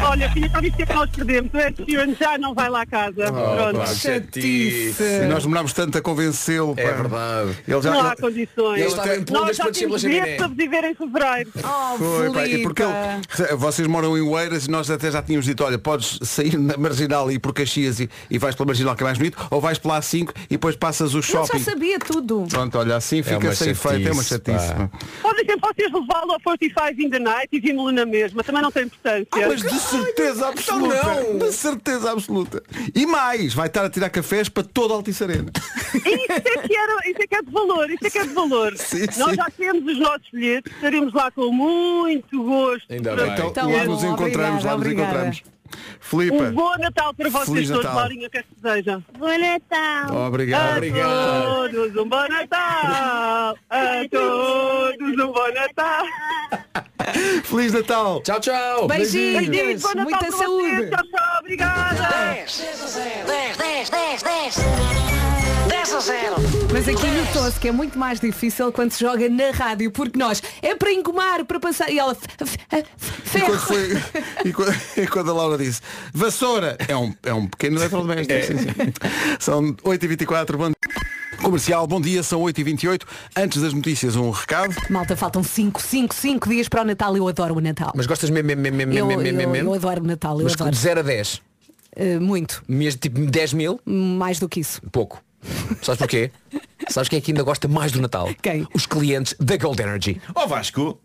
Speaker 9: Olha, filha, só viste o que é que nós perdemos. O Ed Sheeran já não vai lá à casa.
Speaker 6: Ah,
Speaker 9: Pronto.
Speaker 1: E
Speaker 6: Chatice.
Speaker 1: nós demorámos tanto a convencê-lo.
Speaker 6: É
Speaker 1: pá.
Speaker 6: verdade.
Speaker 1: Ele já,
Speaker 9: Não há
Speaker 1: ele-
Speaker 9: condições.
Speaker 6: Ele está em
Speaker 9: Nós
Speaker 6: pulgas
Speaker 9: já
Speaker 6: para descer pela
Speaker 9: temos
Speaker 6: chaminé.
Speaker 9: bilhetes para viver em fevereiro.
Speaker 3: Oh,
Speaker 1: Foi, pá, e porque
Speaker 3: Filipa.
Speaker 1: ele- vocês moram em Oeiras e nós até já tínhamos dito, olha, podes sair na Marginal e ir por Caxias e, e vais pela Marginal que é mais bonito, ou vais pela A5 e depois passas o
Speaker 3: Ele
Speaker 1: shopping.
Speaker 3: já sabia tudo.
Speaker 1: Pronto, olha, assim fica
Speaker 6: uma
Speaker 1: sem efeito, é uma
Speaker 6: chatice,
Speaker 1: chatice.
Speaker 6: pá.
Speaker 9: Podem sempre vocês levá-lo ao 45 in the night e vimos-lo na mesma. Também não tem importância.
Speaker 11: Ah,
Speaker 1: Mas de certeza absoluta. De certeza absoluta. E mais, vai estar a tirar cafés para toda a Altice Arena.
Speaker 9: Isso é, que era, isso é que é de valor, isso é que é de valor.
Speaker 1: Sim, sim.
Speaker 9: Nós já temos os nossos bilhetes, estaremos lá com muito gosto.
Speaker 6: Ainda
Speaker 9: Para-
Speaker 6: bem.
Speaker 1: Então,
Speaker 3: Então,
Speaker 1: lá
Speaker 3: bom,
Speaker 1: nos encontramos,
Speaker 3: obrigada,
Speaker 1: lá nos
Speaker 3: obrigada.
Speaker 1: encontramos. Filipa.
Speaker 9: Um bom Natal para vocês
Speaker 1: Feliz
Speaker 9: todos,
Speaker 1: Natal.
Speaker 9: Laurinha, que é que seja.
Speaker 8: Bom Natal.
Speaker 1: Obrigado.
Speaker 9: A todos um bom Natal. A todos um bom Natal.
Speaker 1: Feliz Natal.
Speaker 6: Tchau, tchau.
Speaker 7: Beijinhos,
Speaker 9: Bom Natal
Speaker 7: muita
Speaker 9: para vocês.
Speaker 7: saúde.
Speaker 9: Tchau, tchau. Obrigada.
Speaker 7: 10 a 0. 10, 10, 10, 10. 10 a 0.
Speaker 3: Mas aqui notou-se que é muito mais difícil quando se joga na rádio, porque nós é para engomar, para passar. E ela. f- f- f-
Speaker 1: E
Speaker 3: Ferro.
Speaker 1: quando, foi, e, quando, [LAUGHS] e quando a Laura disse Vassoura é um, é um pequeno eletrodoméstico sim, sim. São 8h24 bom... Comercial, bom dia, são 8h28 Antes das notícias, um recado
Speaker 3: Malta, faltam 5, 5, 5 dias para o Natal. Eu adoro o Natal.
Speaker 6: Mas gostas mesmo, mesmo, mesmo,
Speaker 3: Eu,
Speaker 6: mesmo,
Speaker 3: eu,
Speaker 6: mesmo, mesmo,
Speaker 3: eu
Speaker 6: mesmo?
Speaker 3: adoro o Natal, eu
Speaker 6: Mas
Speaker 3: adoro.
Speaker 6: de 0 a 10.
Speaker 3: Eh, muito.
Speaker 6: Mesmo tipo 10 mil?
Speaker 3: Mais do que isso.
Speaker 6: Pouco. Sabes porquê? Sabes quem é que ainda gosta mais do Natal? Quem? Os clientes da Gold Energy.
Speaker 12: Ó Oh, Vasco,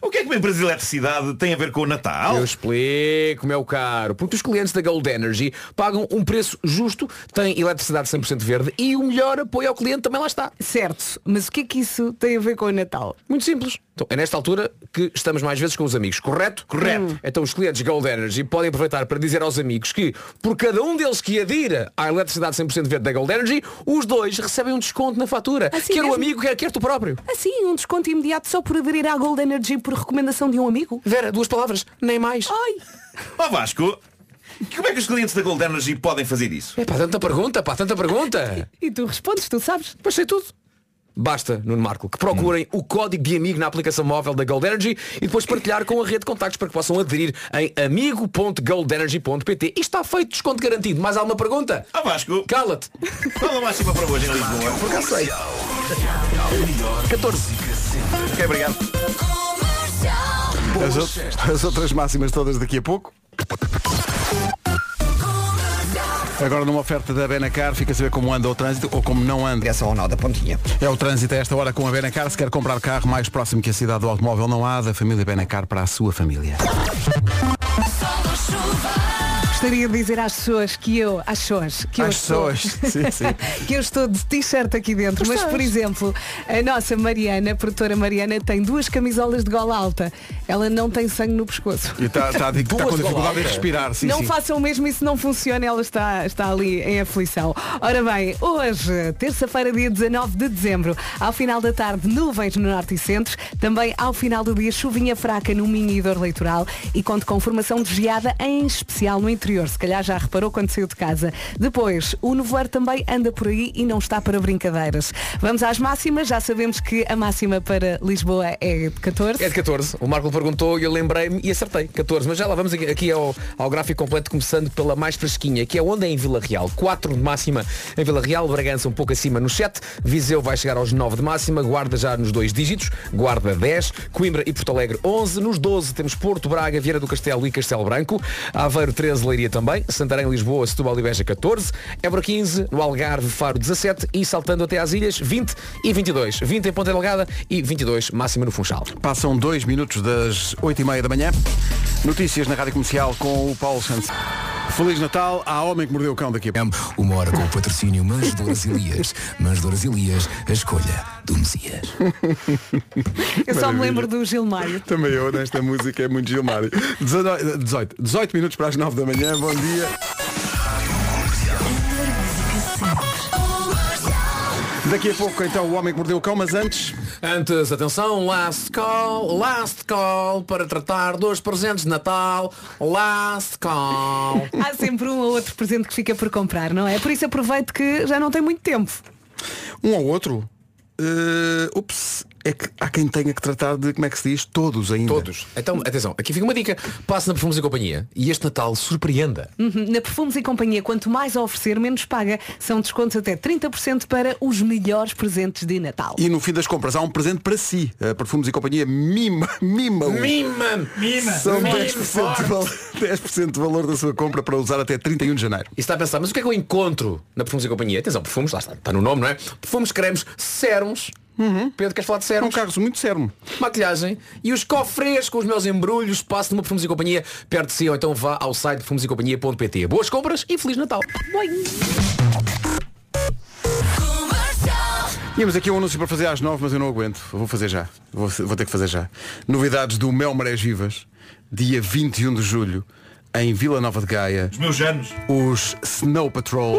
Speaker 12: o que é que uma empresa de eletricidade tem a ver com o Natal?
Speaker 6: Eu explico, meu caro. Porque os clientes da Gold Energy pagam um preço justo, têm eletricidade 100% verde e o melhor apoio ao cliente também lá está.
Speaker 3: Certo, mas o que é que isso tem a ver com o Natal?
Speaker 6: Muito simples. Então, é nesta altura que estamos mais vezes com os amigos, correto? Correto. Então os clientes Gold Energy podem aproveitar para dizer aos amigos que, por cada um deles que adira à eletricidade 100% verde da Gold Energy, os dois recebem um desconto na fatura.
Speaker 3: Assim
Speaker 6: quer o
Speaker 3: mesmo?
Speaker 6: amigo, quer, quer tu próprio.
Speaker 3: Assim, um desconto imediato só por aderir à Gold Energy por recomendação de um amigo?
Speaker 6: Vera, duas palavras, nem mais.
Speaker 3: Ai!
Speaker 12: Ó Oh, Vasco, como é que os clientes da Gold Energy podem fazer isso?
Speaker 6: É pá, tanta pergunta, pá, tanta pergunta.
Speaker 3: E tu respondes, tu sabes?
Speaker 6: Pois sei tudo. Hum. Basta, Nuno Marco, que procurem o código de amigo na aplicação móvel da Gold Energy e [COUGHS] depois partilhar com a rede de contactos para que possam aderir em amigo.goldenergy.pt. E está feito desconto garantido. Mais alguma pergunta?
Speaker 12: Ó Oh, Vasco,
Speaker 6: Cala-te.
Speaker 12: qual a máxima para hoje em Lisboa?
Speaker 6: Por acaso sei. 14.
Speaker 12: Ok, obrigado.
Speaker 1: as, out- as outras máximas todas daqui a pouco Agora numa oferta da Benacar Fica a saber como anda o trânsito ou como não anda
Speaker 2: Direção ao nó da pontinha.
Speaker 1: É o trânsito a esta hora com a Benacar Se quer comprar carro mais próximo que a cidade do automóvel Não há da família Benacar para a sua família
Speaker 3: Gostaria de dizer às pessoas que eu, às pessoas, que eu
Speaker 1: Às
Speaker 3: estou,
Speaker 1: pessoas, sim, sim.
Speaker 3: [LAUGHS] que eu estou de t-shirt aqui dentro, mas por exemplo, a nossa Mariana, a produtora Mariana, tem duas camisolas de gola alta. Ela não tem sangue no pescoço.
Speaker 1: E está tá, tá
Speaker 6: Duas
Speaker 1: com dificuldade em
Speaker 6: palavras.
Speaker 1: respirar sim,
Speaker 3: não
Speaker 1: sim.
Speaker 3: façam mesmo isso não funciona, ela está, está ali em aflição. Ora bem, hoje, terça-feira, dia 19 de dezembro, ao final da tarde, nuvens no norte e centro, também ao final do dia, chuvinha fraca no Minho e Dor Leitoral e conto com formação de geada, em especial no interior, se calhar já reparou quando saiu de casa. Depois, o nevoeiro também anda por aí e não está para brincadeiras. Vamos às máximas, já sabemos que a máxima para Lisboa é de 14.
Speaker 6: É de 14. O Marco perguntou e eu lembrei-me e acertei. 14. Mas já lá vamos aqui, aqui ao, ao gráfico completo, começando pela mais fresquinha, que é onde é em Vila Real. 4 de máxima em Vila Real, Bragança um pouco acima nos 7, Viseu vai chegar aos 9 de máxima, Guarda já nos dois dígitos, Guarda 10, Coimbra e Porto Alegre 11, nos 12 temos Porto, Braga, Vieira do Castelo e Castelo Branco, Aveiro 13, Leiria também, Santarém, Lisboa, Setúbal e Beja 14, Évora 15, no Algarve, Faro 17 e saltando até às ilhas 20 e 22. 20 em Ponta Delgada e 22 máxima no Funchal.
Speaker 1: Passam dois minutos das 8h30 da manhã. Notícias na Rádio Comercial com o Paulo Santos. Feliz Natal à Homem que Mordeu o Cão daqui a pouco.
Speaker 13: Uma hora com o patrocínio Manjedoras Elias. Manjedoras Elias, a escolha do Messias.
Speaker 3: Eu só me
Speaker 1: Maravilha.
Speaker 3: lembro do Gilmário.
Speaker 1: Também eu, nesta música, é muito Gilmário. 19, 18, 18 minutos para as 9 da manhã. Bom dia. Daqui a pouco, então, o Homem que Mordeu o Cão, mas antes...
Speaker 6: Antes, atenção, last call, last call para tratar dos presentes de Natal, last call.
Speaker 3: Há sempre um ou outro presente que fica por comprar, não é? Por isso aproveito que já não tem muito tempo.
Speaker 1: Um ao outro? eh, ups, é que há quem tenha que tratar de, como é que se diz, todos ainda.
Speaker 6: Todos. Então, atenção, aqui fica uma dica. Passe na Perfumes e Companhia e este Natal surpreenda.
Speaker 3: Uhum. Na Perfumes e Companhia, quanto mais a oferecer, menos paga. São descontos até 30% para os melhores presentes de Natal.
Speaker 1: E no fim das compras há um presente para si. A Perfumes e Companhia mima, mima.
Speaker 6: Mima, mima,
Speaker 1: São
Speaker 6: mima
Speaker 1: 10%, de valor, 10 do valor da sua compra para usar até 31 de janeiro.
Speaker 6: E se está a pensar, mas o que é que eu encontro na Perfumes e Companhia? Atenção, perfumes, lá está, está no nome, não é? Perfumes, cremes, sérums. Pedro, queres falar de
Speaker 1: É um
Speaker 6: sérums?
Speaker 1: carro muito sermo.
Speaker 6: maquilhagem e os cofres com os meus embrulhos passe numa Perfumes e Companhia perto de si ou então vá ao site perfumesecompanhia.pt Boas compras e Feliz Natal!
Speaker 1: Tínhamos aqui um anúncio para fazer às 9, mas eu não aguento. Vou fazer já. Vou, vou ter que fazer já. Novidades do Mel Marés Vivas, dia 21 de julho. em Vila Nova de Gaia. Os
Speaker 12: meus anos.
Speaker 1: Os Snow Patrol.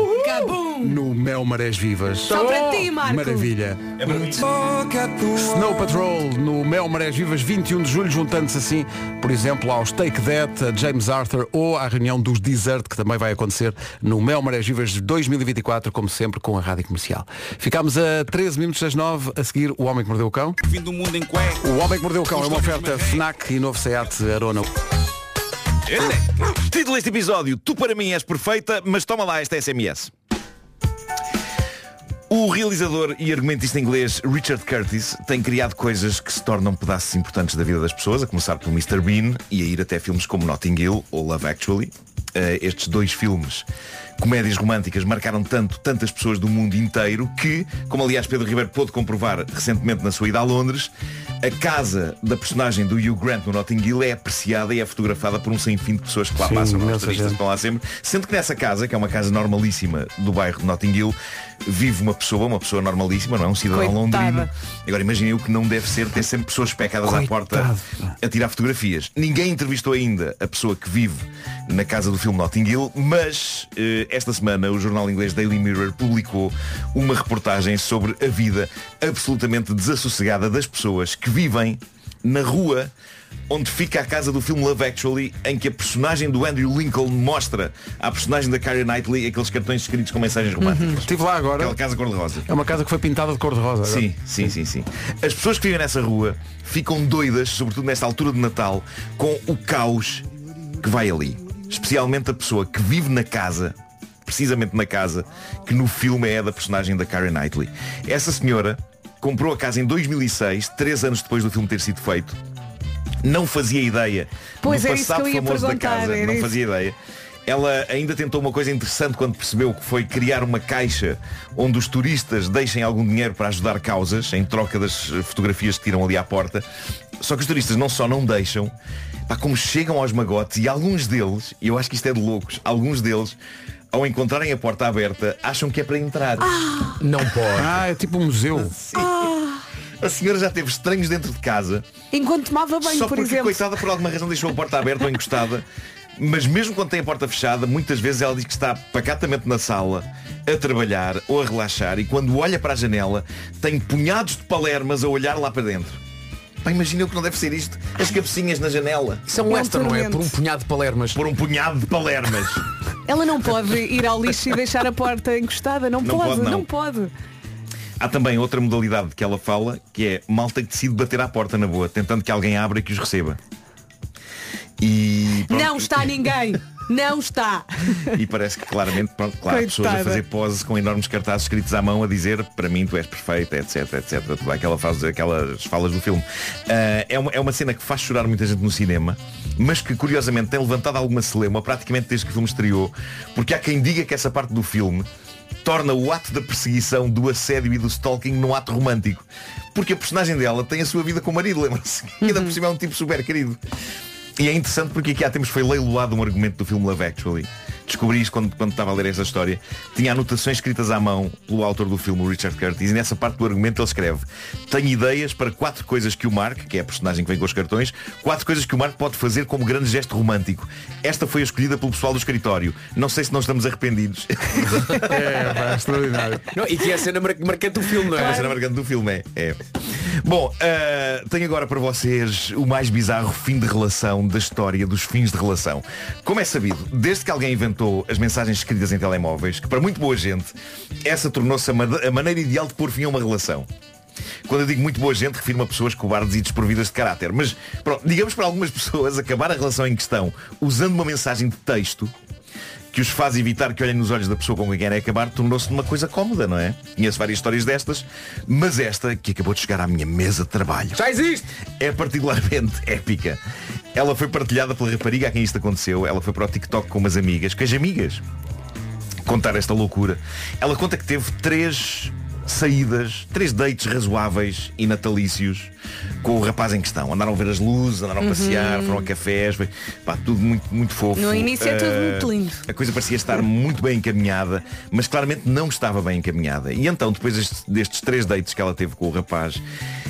Speaker 1: No Mel Marés Vivas.
Speaker 3: Só para ti, Marco.
Speaker 1: Maravilha.
Speaker 5: É
Speaker 1: Snow Patrol no Mel Marés Vivas, 21 de julho, juntando-se assim, por exemplo, aos Take That, a James Arthur ou à reunião dos Desert, que também vai acontecer no Mel Marés Vivas 2024, como sempre, com a Rádio Comercial. Ficámos a 13 minutos das 9, a seguir O Homem que Mordeu o Cão.
Speaker 5: Vindo do mundo em cueca.
Speaker 1: O Homem que Mordeu o Cão é uma oferta FNAC e novo Seat Arona.
Speaker 12: Título deste episódio, tu para mim és perfeita, mas toma lá esta SMS. O realizador e argumentista inglês Richard Curtis tem criado coisas que se tornam pedaços importantes da vida das pessoas, a começar pelo Mr. Bean e a ir até filmes como Notting Hill ou Love Actually. Eh, estes dois filmes, comédias românticas, marcaram tanto tantas pessoas do mundo inteiro que, como aliás Pedro Ribeiro pôde comprovar recentemente na sua ida a Londres, a casa da personagem do Hugh Grant no Notting Hill é apreciada e é fotografada por um sem fim de pessoas que lá
Speaker 1: Sim,
Speaker 12: passam,
Speaker 1: imensa
Speaker 12: os turistas
Speaker 1: gente.
Speaker 12: estão lá sempre. Sendo que nessa casa, que é uma casa normalíssima do bairro de Notting Hill, vive uma pessoa, uma pessoa normalíssima, não é um cidadão
Speaker 3: Coitada.
Speaker 12: londrino. Agora imaginem o que não deve ser ter sempre pessoas pecadas à porta a tirar fotografias. Ninguém entrevistou ainda a pessoa que vive na casa do filme Notting Hill, mas eh, esta semana o jornal inglês Daily Mirror publicou uma reportagem sobre a vida absolutamente desassossegada das pessoas que vivem na rua onde fica a casa do filme Love Actually, em que a personagem do Andrew Lincoln mostra à personagem da Carrie Knightley aqueles cartões escritos com mensagens românticas.
Speaker 1: Estive lá agora.
Speaker 12: Aquela casa cor-de-rosa.
Speaker 1: É uma casa que foi pintada de cor-de-rosa. agora.
Speaker 12: Sim, sim, sim, sim. As pessoas que vivem nessa rua ficam doidas, sobretudo nesta altura de Natal, com o caos que vai ali. Especialmente a pessoa que vive na casa, precisamente na casa, que no filme é a da personagem da Karen Knightley. Essa senhora comprou a casa em 2006, três anos depois do filme ter sido feito. Não fazia ideia
Speaker 3: Pois,
Speaker 12: do
Speaker 3: era isso
Speaker 12: passado
Speaker 3: que eu ia
Speaker 12: famoso da
Speaker 3: perguntar,
Speaker 12: casa.
Speaker 3: era
Speaker 12: Não
Speaker 3: isso.
Speaker 12: fazia ideia. Ela ainda tentou uma coisa interessante quando percebeu que foi criar uma caixa onde os turistas deixem algum dinheiro para ajudar causas, em troca das eh, fotografias que tiram ali à porta. Só que os turistas não só não deixam, pá, como chegam aos magotes e alguns deles, e eu acho que isto é de loucos, alguns deles, ao encontrarem a porta aberta, acham que é para entrar.
Speaker 1: Não pode. Ah, é tipo um museu.
Speaker 12: A senhora já teve estranhos dentro de casa
Speaker 3: Enquanto tomava banho,
Speaker 12: Só
Speaker 3: por
Speaker 12: porque,
Speaker 3: exemplo.
Speaker 12: coitada, por alguma razão deixou a porta aberta ou encostada. Mas mesmo quando tem a porta fechada, muitas vezes ela diz que está pacatamente na sala, a trabalhar ou a relaxar, e quando olha para a janela, tem punhados de palermas a olhar lá para dentro. Pá, imagina o que não deve ser isto. As cabecinhas na janela.
Speaker 6: Isso é um extra, não é? Por um punhado de palermas.
Speaker 12: Por um punhado de palermas.
Speaker 3: Ela não pode ir ao lixo e deixar a porta encostada. Não,
Speaker 12: Não
Speaker 3: pode,
Speaker 12: pode, não.
Speaker 3: não pode.
Speaker 12: Há também outra modalidade que ela fala, que é malta que decide bater à porta na boa, tentando que alguém abra e que os receba. E pronto,
Speaker 3: Não está ninguém. Não está.
Speaker 12: E parece que claramente, pronto, claro, há pessoas a
Speaker 3: Coitada.
Speaker 12: fazer pose com enormes cartazes escritos à mão a dizer para mim tu és perfeita, etc, etc. Tudo aquela fase, aquelas falas do filme. Ah, é, uma, é uma cena que faz chorar muita gente no cinema, mas que curiosamente tem levantado alguma celeuma praticamente desde que o filme estreou, porque há quem diga que essa parte do filme torna o ato da perseguição, do assédio e do stalking num ato romântico. Porque a personagem dela tem a sua vida com o marido, lembra-se? [LAUGHS] E ainda por cima é um tipo super querido. E é interessante porque aqui há tempos foi leiloado um argumento do filme Love Actually. Descobri isto quando, quando estava a ler esta história. Tinha anotações escritas à mão pelo autor do filme, o Richard Curtis, e nessa parte do argumento ele escreve Tenho ideias para quatro coisas que o Mark, que é a personagem que vem com os cartões, quatro coisas que o Mark pode fazer como grande gesto romântico. Esta foi a escolhida pelo pessoal do escritório. Não sei se não estamos arrependidos. [LAUGHS]
Speaker 1: É, pá, extraordinário.
Speaker 6: Não, e que é a cena mar- marcante do filme, não
Speaker 12: É
Speaker 6: é?
Speaker 12: uma cena marcante do filme, é. é. Bom, ah, tenho agora para vocês o mais bizarro fim de relação da história dos fins de relação. Como é sabido, desde que alguém inventou as mensagens escritas em telemóveis, que para muito boa gente, essa tornou-se a, made- a maneira ideal de pôr fim a uma relação. Quando eu digo muito boa gente, refiro-me a pessoas cobardes e desprovidas de caráter. Mas, pronto, digamos para algumas pessoas, acabar a relação em questão usando uma mensagem de texto que os faz evitar que olhem nos olhos da pessoa com quem querem acabar tornou-se uma coisa cómoda, não é? Conheço várias histórias destas, mas esta que acabou de chegar à minha mesa de trabalho.
Speaker 6: Já existe!
Speaker 12: É particularmente [LAUGHS] épica. Ela foi partilhada pela rapariga a quem isto aconteceu. Ela foi para o TikTok com umas amigas, com as amigas, contar esta loucura. Ela conta que teve três saídas, três dates razoáveis e natalícios com o rapaz em questão. Andaram a ver as luzes, andaram a
Speaker 3: Uhum.
Speaker 12: passear, foram a cafés, foi- pá, tudo muito, muito fofo.
Speaker 3: No início é tudo
Speaker 12: Ah,
Speaker 3: muito lindo.
Speaker 12: a coisa parecia estar muito bem encaminhada, mas claramente não estava bem encaminhada. E então, depois deste- destes três dates que ela teve com o rapaz,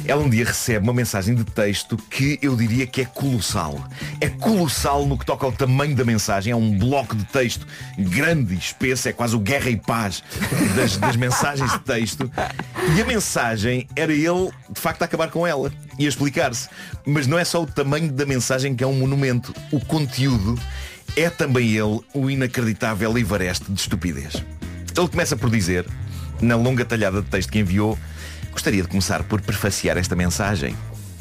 Speaker 12: ela um dia recebe uma mensagem de texto que eu diria que é colossal. É colossal no que toca ao tamanho da mensagem. É um bloco de texto grande e espesso, é quase o guerra e paz das, das mensagens de texto. E a mensagem era ele, de facto, a acabar com ela e a explicar-se. Mas não é só o tamanho da mensagem que é um monumento. O conteúdo é também ele o inacreditável Ivareste de estupidez. Ele começa por dizer, na longa talhada de texto que enviou, gostaria de começar por prefaciar esta mensagem,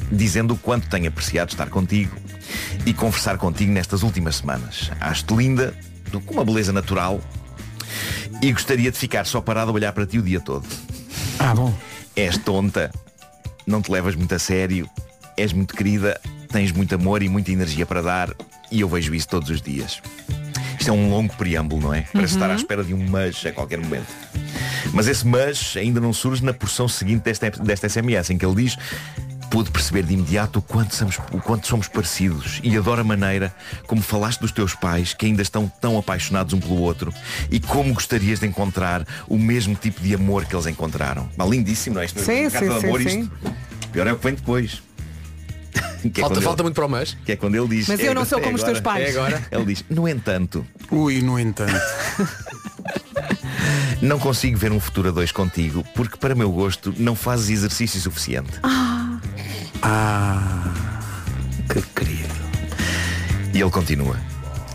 Speaker 12: dizendo o quanto tenho apreciado estar contigo e conversar contigo nestas últimas semanas. Acho-te linda, com uma beleza natural, e gostaria de ficar só parado a olhar para ti o dia todo.
Speaker 1: Ah, bom.
Speaker 12: És tonta, não te levas muito a sério, és muito querida, tens muito amor e muita energia para dar e eu vejo isso todos os dias. Isto é um longo preâmbulo, não é? Parece
Speaker 14: Uhum.
Speaker 12: estar à espera de um mas a qualquer momento. Mas esse mas ainda não surge na porção seguinte desta, desta SMS, em que ele diz Pude perceber de imediato o quanto, somos, o quanto somos parecidos e adoro a maneira como falaste dos teus pais que ainda estão tão apaixonados um pelo outro e como gostarias de encontrar o mesmo tipo de amor que eles encontraram. Mas lindíssimo, não é? Isto não é
Speaker 6: Sim,
Speaker 12: um bocado
Speaker 6: sim,
Speaker 12: de
Speaker 6: sim,
Speaker 12: amor,
Speaker 6: sim.
Speaker 12: isto. Pior é o que vem
Speaker 6: [LAUGHS]
Speaker 12: depois. Que
Speaker 6: Falta-
Speaker 12: quando
Speaker 6: falta muito para o mas.
Speaker 12: Que é quando ele diz.
Speaker 6: Mas
Speaker 12: "É,
Speaker 6: eu não sou
Speaker 12: é
Speaker 6: como os
Speaker 12: agora,
Speaker 6: teus pais."
Speaker 12: É
Speaker 6: [LAUGHS]
Speaker 12: agora. Ele diz, no entanto.
Speaker 1: Ui, no entanto.
Speaker 12: não consigo ver um futuro a dois contigo, porque para meu gosto não fazes exercício suficiente.
Speaker 7: Ah.
Speaker 12: Ah, que querido. E ele continua.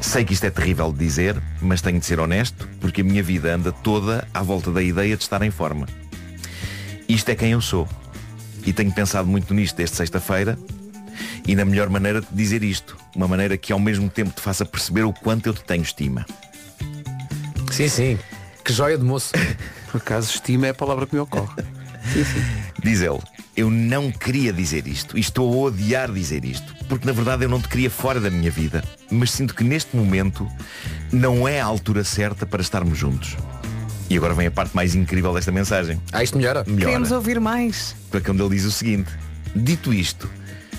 Speaker 12: Sei que isto é terrível de dizer, mas tenho de ser honesto, porque a minha vida anda toda à volta da ideia de estar em forma. Isto é quem eu sou. E tenho pensado muito nisto desde sexta-feira e na melhor maneira de dizer isto. Uma maneira que ao mesmo tempo te faça perceber o quanto eu te tenho estima.
Speaker 6: Sim, sim. Que joia de moço.
Speaker 1: Por acaso, estima é a palavra que me ocorre.
Speaker 12: Diz ele, eu não queria dizer isto e estou a odiar dizer isto, porque na verdade eu não te queria fora da minha vida, mas sinto que neste momento não é a altura certa para estarmos juntos. E agora vem a parte mais incrível desta mensagem.
Speaker 6: Ah, isto melhora?
Speaker 12: Melhora.
Speaker 3: Queremos ouvir mais.
Speaker 12: Para quando ele diz o seguinte, dito isto,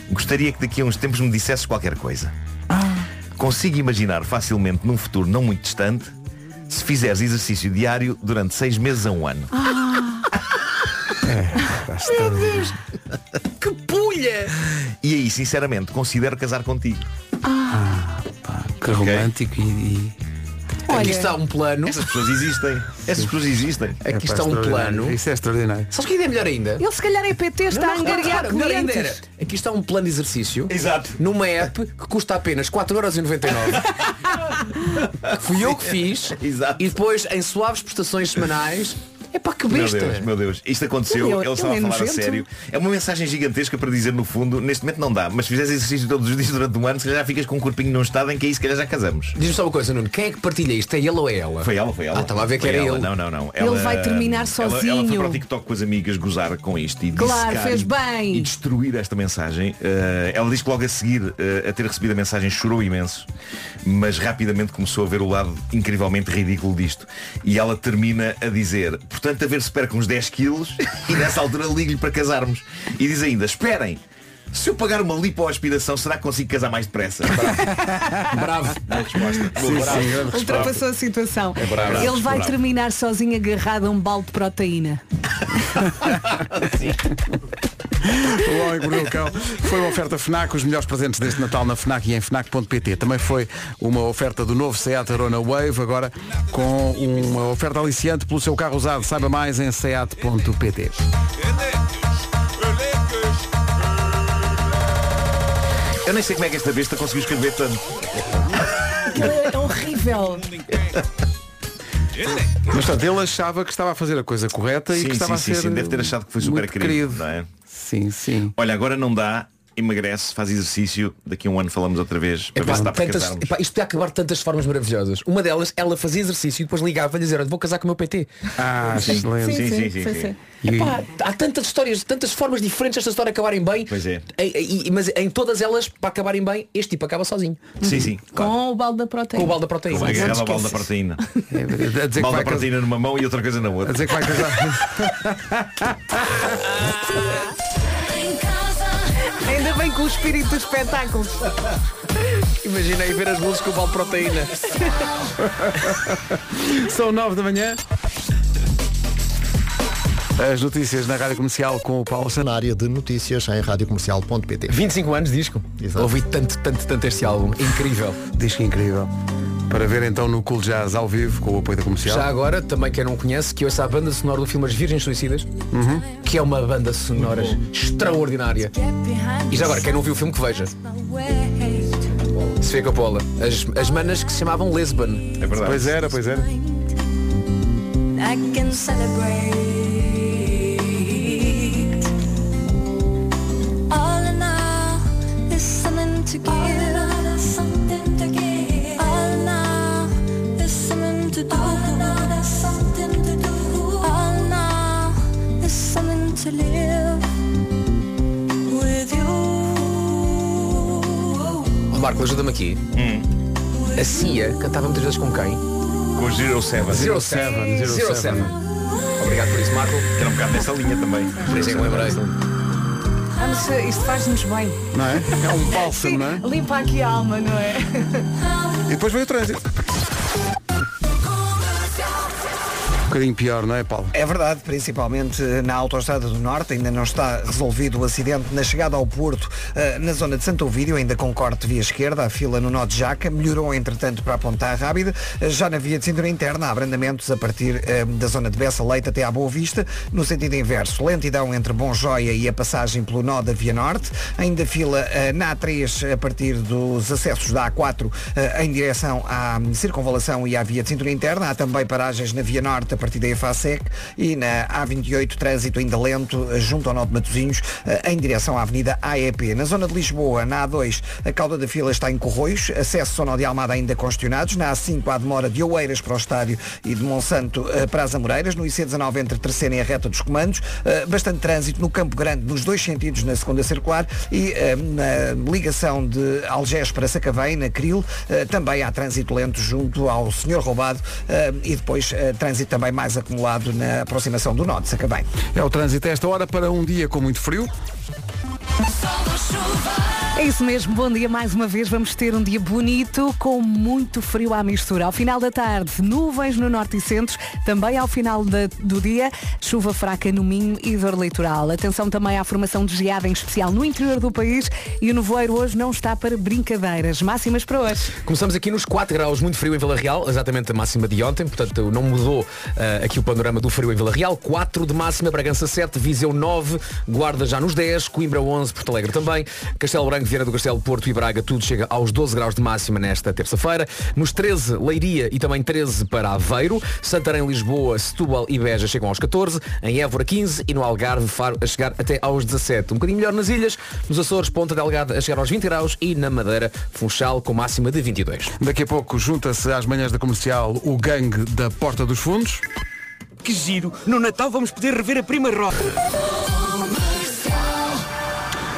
Speaker 12: gostaria que daqui a uns tempos me dissesses qualquer coisa. Consigo imaginar facilmente num futuro não muito distante, se fizeres exercício diário durante seis meses a um ano.
Speaker 7: Ah.
Speaker 12: Meu
Speaker 1: é
Speaker 12: Deus! Que pulha! E aí, sinceramente, considero casar contigo.
Speaker 1: Que romântico e.
Speaker 6: Aqui está um plano.
Speaker 12: Essas pessoas existem. Essas pessoas existem.
Speaker 6: Aqui está um plano.
Speaker 1: Isso é extraordinário.
Speaker 6: Sabes que ideia é melhor ainda?
Speaker 3: Ele se calhar é PT, está a angariar
Speaker 6: repara, melhor ainda era,
Speaker 3: clientes.
Speaker 6: Aqui está um plano de exercício
Speaker 12: Exato.
Speaker 6: numa app que custa apenas 4,99€.
Speaker 12: [LAUGHS]
Speaker 6: Fui eu que fiz
Speaker 12: Exato.
Speaker 6: e depois em suaves prestações semanais. É pá que
Speaker 12: Meu
Speaker 6: besta!
Speaker 12: Deus, meu Deus, isto aconteceu,
Speaker 6: Ele é-
Speaker 12: ele, estava
Speaker 6: ele é
Speaker 12: a falar a
Speaker 6: nojento.
Speaker 12: sério. É uma mensagem gigantesca para dizer no fundo, neste momento não dá, mas se fizeres exercício todos os dias durante um ano, se calhar já ficas com um corpinho num estado em que aí se calhar já casamos.
Speaker 6: Diz-me só uma coisa, Nuno, quem é que partilha isto? É ele ou é ela?
Speaker 12: Foi ela, foi ela.
Speaker 6: Ah, estava a ver que
Speaker 12: Foi
Speaker 6: era
Speaker 12: ela.
Speaker 6: ele.
Speaker 12: Não, não, não.
Speaker 6: Ele vai terminar
Speaker 12: ela- Ela, foi
Speaker 6: sozinho.
Speaker 12: para o TikTok com as amigas gozar com isto e
Speaker 3: Claro,
Speaker 12: dissecar
Speaker 3: fez
Speaker 12: e-
Speaker 3: bem.
Speaker 12: E destruir esta mensagem. Eh, ela diz que logo a seguir eh, a ter recebido a mensagem chorou imenso, mas rapidamente começou a ver o lado incrivelmente ridículo disto. E ela termina a dizer, portanto, a ver se perco uns 10 quilos e nessa altura ligo-lhe para casarmos. E diz ainda, esperem, se eu pagar uma lipoaspiração, será que consigo casar mais depressa?
Speaker 6: [LAUGHS] Bravo.
Speaker 12: Boa resposta.
Speaker 1: Sim,
Speaker 12: Boa
Speaker 1: sim,
Speaker 12: resposta.
Speaker 3: Ultrapassou a situação.
Speaker 12: É bravo,
Speaker 3: Ele vai
Speaker 12: bravo.
Speaker 3: terminar sozinho agarrado a um balde de proteína.
Speaker 1: O Homem que Mordeu o Cão foi uma oferta FNAC, os melhores presentes deste Natal na FNAC e em FNAC.pt. Também foi uma oferta do novo Seat Arona Wave, agora com uma oferta aliciante pelo seu carro usado. Saiba mais em seat.pt.
Speaker 12: Eu nem sei como é que esta besta conseguiu escrever tanto.
Speaker 3: É horrível.
Speaker 1: Mas portanto, ele achava que estava a fazer a coisa correta e
Speaker 12: sim,
Speaker 1: que estava
Speaker 12: sim,
Speaker 1: a
Speaker 12: sim,
Speaker 1: ser
Speaker 12: sim, deve ter achado que foi super
Speaker 1: muito
Speaker 12: querido, não é?
Speaker 1: Sim, sim.
Speaker 12: Olha, agora não dá. emagrece, faz exercício, daqui a um ano falamos outra vez para
Speaker 6: Epá,
Speaker 12: ver se dá para
Speaker 6: tantas,
Speaker 12: casarmos.
Speaker 6: epá, isto tem a acabar de tantas formas maravilhosas. Uma delas, ela fazia exercício e depois ligava e dizia, "Olha, vou casar com o meu PT.
Speaker 1: Ah,
Speaker 6: Sim,
Speaker 1: excelente.
Speaker 6: sim, sim, sim, sim. Epá, há tantas histórias, tantas formas diferentes desta história acabarem bem.
Speaker 12: Pois é.
Speaker 6: E- e- mas em todas elas, para acabarem bem, este tipo acaba sozinho.
Speaker 12: Sim, sim. claro.
Speaker 3: Com o balde da proteína.
Speaker 6: Com o balde da proteína.
Speaker 12: Uma guerra balde da proteína.
Speaker 1: A dizer que
Speaker 12: Balde
Speaker 1: vai
Speaker 12: da proteína numa mão e outra coisa na outra.
Speaker 1: A dizer que vai casar.
Speaker 6: [LAUGHS]
Speaker 3: Ainda bem com o espírito do espetáculo.
Speaker 6: Imaginei ver as luzes com o balde de proteína.
Speaker 1: [LAUGHS] São nove da manhã. As notícias na Rádio Comercial com o Paulo Santos.
Speaker 14: Na área de notícias em radiocomercial.pt
Speaker 6: 25 anos disco. Ouvi tanto, tanto, tanto este álbum. Incrível.
Speaker 1: Disco é incrível. Para ver então no Cool Jazz ao vivo com o apoio da comercial.
Speaker 6: Já agora, também quem não conhece, que ouça a banda sonora do filme As Virgens Suicidas,
Speaker 1: Uhum.
Speaker 6: que é uma banda sonora extraordinária. E já agora, quem não viu o filme, que veja. Sofia Coppola. As, as manas que se chamavam Lisbon. É
Speaker 1: verdade. Pois era, pois era.
Speaker 15: I can celebrate. All in all, there's something to give. All in all, there's something to give. All in all, there's something to do. All in all, there's something to do. All in all, there's something to live with you.
Speaker 6: Ó, Oh, Marco, ajuda-me aqui.
Speaker 11: Hum.
Speaker 6: A Cia cantava muitas vezes com quem?
Speaker 12: Com o Zero Seven.
Speaker 1: é.
Speaker 6: Zero Seven. Zero Zero Seven. Obrigado por isso, Marco.
Speaker 12: Era um bocado nessa linha também.
Speaker 6: Por isso é que me lembrei.
Speaker 3: Ah, mas eh, isto faz-nos bem.
Speaker 1: Não é? É um bálsamo, não é?
Speaker 3: Limpa aqui a alma, não é?
Speaker 1: E depois veio o trânsito. Um bocadinho pior, não é, Paulo?
Speaker 2: É verdade, principalmente na Autostrada do Norte, ainda não está resolvido o acidente na chegada ao Porto, eh, na zona de Santo Ovídio, ainda com corte via esquerda, a fila no nó de Jaca, melhorou entretanto para a Ponta Rábida, Eh, já na via de cintura interna, há abrandamentos a partir eh, da zona de Bessa Leite até à Boa Vista, no sentido inverso, lentidão entre Bom Joia e a passagem pelo nó da Via Norte, ainda fila eh, na A3 a partir dos acessos da A4 eh, em direção à hum, circunvalação e à via de cintura interna, há também paragens na Via Norte a partir da EFASEC e na A28 trânsito ainda lento eh, junto ao Nó de Matosinhos eh, em direção à Avenida AEP. Na zona de Lisboa, na A2, a cauda da fila está em Corroios, acesso ao Nó de Almada ainda congestionados, na A5 há demora de Oeiras para o estádio e de Monsanto eh, para as Amoreiras, no IC19 entre Terceira e a Reta dos Comandos, eh, bastante trânsito no Campo Grande nos dois sentidos na segunda circular e eh, na ligação de Algés para Sacavém, na Cril, eh, também há trânsito lento junto ao Senhor Roubado eh, e depois eh, trânsito também mais acumulado na aproximação do Norte, Sacavém.
Speaker 1: É o trânsito a esta hora para um dia com muito frio.
Speaker 3: É isso mesmo, bom dia mais uma vez. Vamos ter um dia bonito com muito frio à mistura. Ao final da tarde, nuvens no norte e centro. Também ao final da- do dia, chuva fraca no Minho e dor litoral. Atenção também à formação de geada, em especial no interior do país. E o nevoeiro hoje não está para brincadeiras. Máximas para hoje.
Speaker 6: Começamos aqui nos 4 graus, muito frio em Vila Real, exatamente a máxima de ontem, portanto não mudou ah, aqui o panorama do frio em Vila Real. 4 de máxima, Bragança 7, Viseu 9, Guarda já nos 10, Coimbra 11, Porto Alegre também, Castelo Branco, Vieira do Castelo, Porto e Braga, tudo chega aos 12 graus de máxima nesta terça-feira. Nos 13, Leiria e também 13 para Aveiro, Santarém, Lisboa, Setúbal e Beja chegam aos 14, em Évora 15 e no Algarve, Faro a chegar até aos 17. Um bocadinho melhor nas ilhas, nos Açores, Ponta Delgada a chegar aos 20 graus e na Madeira, Funchal com máxima de 22.
Speaker 1: Daqui a pouco junta-se às manhãs da comercial o gangue da Porta dos Fundos.
Speaker 16: Que giro! No Natal vamos poder rever a prima roda.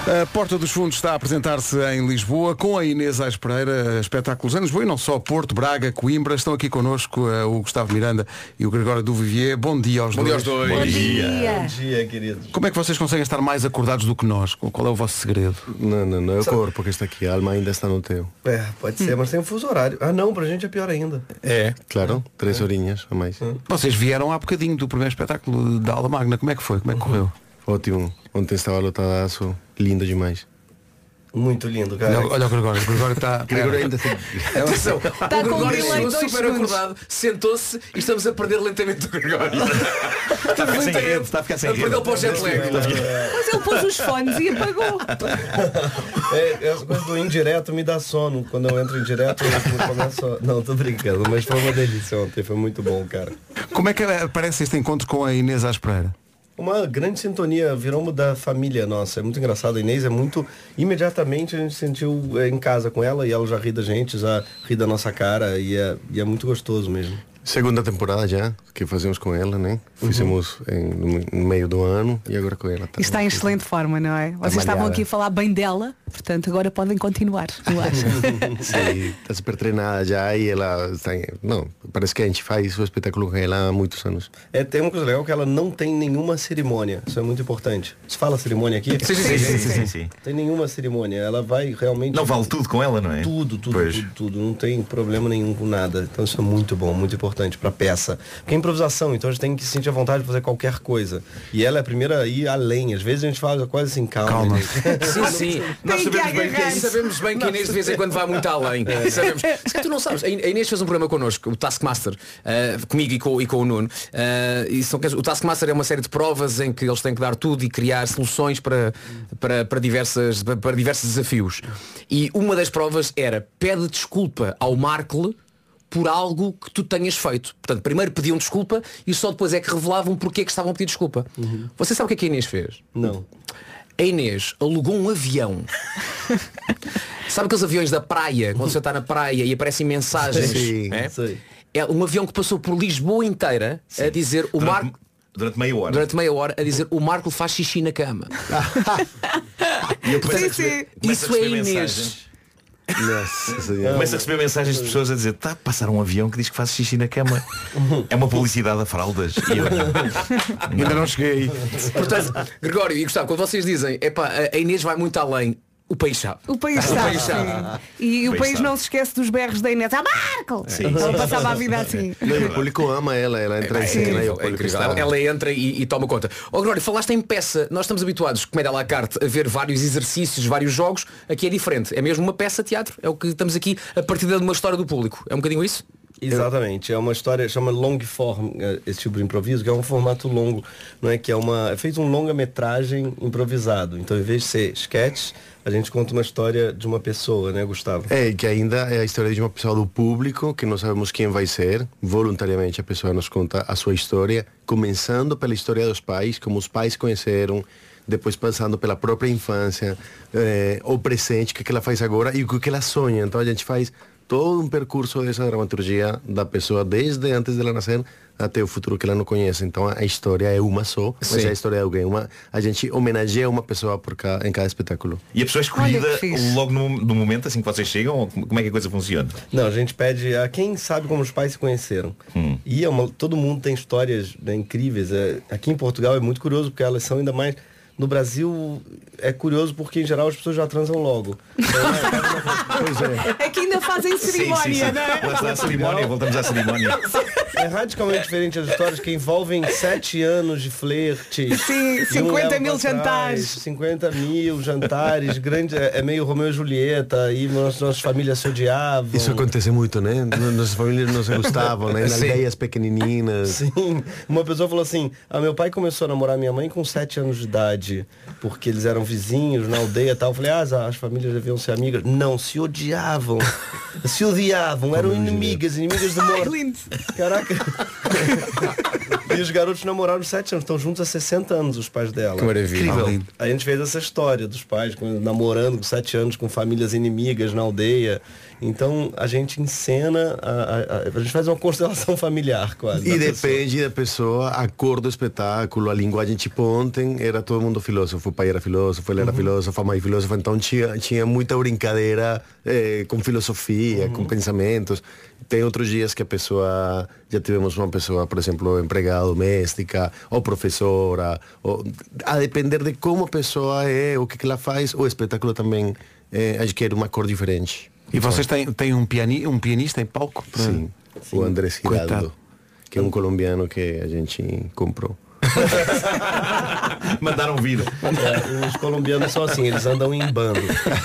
Speaker 1: A Porta dos Fundos está a apresentar-se em Lisboa com a Inês Aires Pereira, espetáculos em Lisboa e não só Porto, Braga, Coimbra. Estão aqui connosco eh, o Gustavo Miranda e o Gregório do Vivier. Bom dia aos
Speaker 17: Bom dia
Speaker 1: dois.
Speaker 17: aos dois. Bom dia. Bom dia, queridos.
Speaker 1: Como é que vocês conseguem estar mais acordados do que nós? Qual é o vosso segredo?
Speaker 17: Não, não, não é o corpo que está aqui, a alma ainda está no teu.
Speaker 11: É, pode ser, mas tem um fuso horário. Ah não, pra gente é pior ainda.
Speaker 1: É.
Speaker 17: Claro, três horinhas a mais.
Speaker 1: Vocês vieram há bocadinho do primeiro espetáculo da Aula Magna. Como é que foi? Como é que correu?
Speaker 17: Ótimo. Ontem estava lotadaço, lindo demais.
Speaker 11: Muito lindo,
Speaker 1: cara. Olha, olha o Gregório, o Gregório tá- É um- está.
Speaker 17: Gregório ainda tem-
Speaker 6: Atenção,
Speaker 1: [LAUGHS] Está
Speaker 6: o
Speaker 1: com
Speaker 6: Gregório
Speaker 1: delay
Speaker 6: chegou
Speaker 1: dois
Speaker 6: super
Speaker 1: segundos.
Speaker 6: acordado, sentou-se e estamos a perder lentamente o Gregório.
Speaker 1: Tá
Speaker 12: Está a ficar sem rede, está a ficar sem
Speaker 6: A perdê-lo
Speaker 12: rede.
Speaker 6: para o jet lag.
Speaker 1: é?
Speaker 11: Está a ficar-
Speaker 3: Mas ele pôs os fones e apagou.
Speaker 11: É, essa coisa do indireto me dá sono. Quando eu entro em direto, eu começo. a- Não, tô brincando, mas foi uma delícia ontem, foi muito bom, cara.
Speaker 1: Como é que aparece este encontro com a Inês Aires Pereira?
Speaker 11: uma grande sintonia, viramos da família nossa. É muito engraçado, a Inês é muito. Imediatamente a gente sentiu eh, em casa com ela e ela já ri da gente, já ri da nossa cara e é, e é muito gostoso mesmo.
Speaker 17: Segunda temporada já, que fazemos com ela, né? Fizemos em-
Speaker 11: Uhum.
Speaker 17: no, no meio do ano e agora com ela.
Speaker 3: E está em excelente forma, não é? Vocês estavam
Speaker 17: malhada.
Speaker 3: aqui a falar bem dela, portanto agora podem continuar, é? eu acho.
Speaker 1: É.
Speaker 17: Sim, está tá super treinada já e ela está em... Não, parece que a gente faz o espetáculo com ela há muitos anos.
Speaker 11: É, tem uma coisa legal que ela não tem nenhuma cerimônia. Isso é muito importante. Você fala cerimônia aqui?
Speaker 12: Sim, sim, sim, sim, sim, sim, sim.
Speaker 11: Tem nenhuma cerimônia. Ela vai realmente.
Speaker 12: Não vale tudo com ela, não é?
Speaker 11: Tudo, tudo,
Speaker 12: Pois.
Speaker 11: tudo, tudo. Não tem problema nenhum com nada. Então isso é muito bom, muito importante pra
Speaker 17: tá?
Speaker 11: peça. Porque é improvisação, então a gente tem que sentir a vontade de fazer qualquer coisa. E ela é a primeira a ir além. Às vezes a gente fala quase assim, calma. Inês.
Speaker 6: Sim, sim. Nós sabemos bem, que, sabemos bem que a Inês de vez em quando vai muito além. Sabemos. Se que tu não [LAUGHS] sabes, a In- a Inês fez um programa connosco, o Taskmaster, eh, comigo e com, e com o Nuno. Eh, e são, quer dizer, o Taskmaster é uma série de provas em que eles têm que dar tudo e criar soluções para, para, para, diversas, para, para diversos desafios. E uma das provas era pede desculpa ao Markle por algo que tu tenhas feito. Portanto, primeiro pediam desculpa e só depois é que revelavam porque é que estavam a pedir desculpa. Você sabe o que é que a Inês fez?
Speaker 11: Não.
Speaker 6: A Inês alugou um
Speaker 12: [LAUGHS]
Speaker 6: avião. Sabe aqueles aviões da praia, quando você está na praia e aparecem mensagens?
Speaker 12: Sim,
Speaker 6: é? É um avião que passou por Lisboa inteira a dizer o
Speaker 12: Durante-
Speaker 6: Marco.
Speaker 12: Durante meia hora.
Speaker 6: Durante meia hora a dizer o Marco faz xixi na cama.
Speaker 12: [LAUGHS] E eu começo a
Speaker 6: Sim,
Speaker 12: receber-
Speaker 6: sim.
Speaker 12: começo a
Speaker 6: Isso é
Speaker 12: receber
Speaker 6: Inês.
Speaker 12: mensagens.
Speaker 17: é.
Speaker 12: Começo a receber mensagens de pessoas a dizer, tá, passar um avião que diz que faz xixi na cama. É uma publicidade a fraldas. E eu,
Speaker 1: Ainda não cheguei.
Speaker 6: Portanto, [LAUGHS] Gregório e Gustavo, quando vocês dizem, epá, a Inês vai muito além, o país sabe.
Speaker 3: O país
Speaker 6: O
Speaker 3: sabe.
Speaker 6: país sabe.
Speaker 3: sim. E o
Speaker 6: O país
Speaker 3: país
Speaker 6: sabe.
Speaker 3: não se esquece dos berros da Inês. Ah, Marco!
Speaker 17: Sim.
Speaker 3: Ela
Speaker 17: Sim.
Speaker 3: passava a vida assim.
Speaker 17: Não, e o público ama ela, ela entra em
Speaker 6: É
Speaker 17: cena e o
Speaker 6: incrível, é
Speaker 17: público
Speaker 6: incrível.
Speaker 17: está-
Speaker 6: Ela entra e, e toma conta. Ó Gregório, falaste em peça. Nós estamos habituados, comédia à la carte, a ver vários exercícios, vários jogos. Aqui é diferente. É mesmo uma peça de teatro. É o que estamos aqui a partir de uma história do público. É um bocadinho isso?
Speaker 11: Exatamente, é uma história, chama long form, eh, esse tipo de improviso, que é um formato longo, não é? Que é uma. É feito um longa-metragem improvisado. Então em vez de ser sketch, a gente conta uma história de uma pessoa, né, Gustavo?
Speaker 17: É, que ainda é a história de uma pessoa do público que não sabemos quem vai ser. Voluntariamente a pessoa nos conta a sua história, começando pela história dos pais, como os pais conheceram, depois passando pela própria infância, eh, o presente, o que que ela faz agora e o que que ela sonha. Então a gente faz todo um percurso dessa dramaturgia da pessoa desde antes dela nascer até o futuro que ela não conhece. Então a história é uma só, mas
Speaker 12: Sim.
Speaker 17: é a história de alguém. Uma, a gente homenageia uma pessoa por cada, em cada espetáculo.
Speaker 12: E a pessoa é escolhida logo no, no momento, assim que vocês chegam, ou como como é que a coisa funciona?
Speaker 11: Não, a gente pede a quem sabe como os pais se conheceram. E é uma- todo mundo tem histórias né, incríveis. É, aqui em Portugal é muito curioso, porque elas são ainda mais. No Brasil é curioso porque em geral as pessoas já transam logo.
Speaker 3: É que ainda fazem cerimónia, não é?
Speaker 12: Voltamos à cerimónia, voltamos à cerimónia.
Speaker 11: É radicalmente diferente as histórias que envolvem sete anos de flerte.
Speaker 3: Sim,
Speaker 11: E um
Speaker 3: 50
Speaker 11: leva
Speaker 3: mil
Speaker 11: pra trás,
Speaker 3: jantares.
Speaker 11: 50 mil jantares, grande, é é meio Romeu e Julieta, e nós- nossas famílias se odiavam.
Speaker 17: Isso acontece muito, né? No- Nossas famílias não se gostavam, né? Nas
Speaker 11: Sim.
Speaker 17: aldeias pequenininhas.
Speaker 11: Sim. Uma pessoa falou assim, ah, meu pai começou a namorar minha mãe com 7 anos de idade, porque eles eram vizinhos na aldeia e tal. Eu falei, ah, as- as famílias deviam ser amigas. Não, se [LAUGHS] odiavam. Se odiavam, eram inimigas, inimigas do amor. Caraca. E os garotos namoraram 7 anos, estão juntos há 60 anos os pais
Speaker 1: Tá
Speaker 11: dela.
Speaker 6: Que maravilha. Incrível.
Speaker 11: A gente fez essa história dos pais com- namorando com 7 anos com famílias inimigas na aldeia. Então a gente encena, a, a- a- a gente faz uma constelação [LAUGHS] familiar quase.
Speaker 17: E
Speaker 11: da pessoa.
Speaker 17: depende da pessoa, a cor do espetáculo, a linguagem. Tipo, ontem era todo mundo filósofo. O pai era filósofo, ele era filósofo, a mãe filósofa. Então tinha, tinha muita brincadeira eh, com filosofia, com pensamentos. Tem outros dias que a pessoa, já tivemos uma pessoa, por exemplo, empregada doméstica, ou professora. Ou, a depender de como a pessoa é, o que, que ela faz, o espetáculo também eh, adquire uma cor diferente.
Speaker 1: E vocês têm, têm um, piani, um pianista em palco? Para... Sim.
Speaker 17: o Andrés
Speaker 1: Coitado.
Speaker 17: Giraldo, que é um colombiano que a gente comprou.
Speaker 12: Mandaram vir.
Speaker 11: É, os colombianos são assim, eles andam em bando.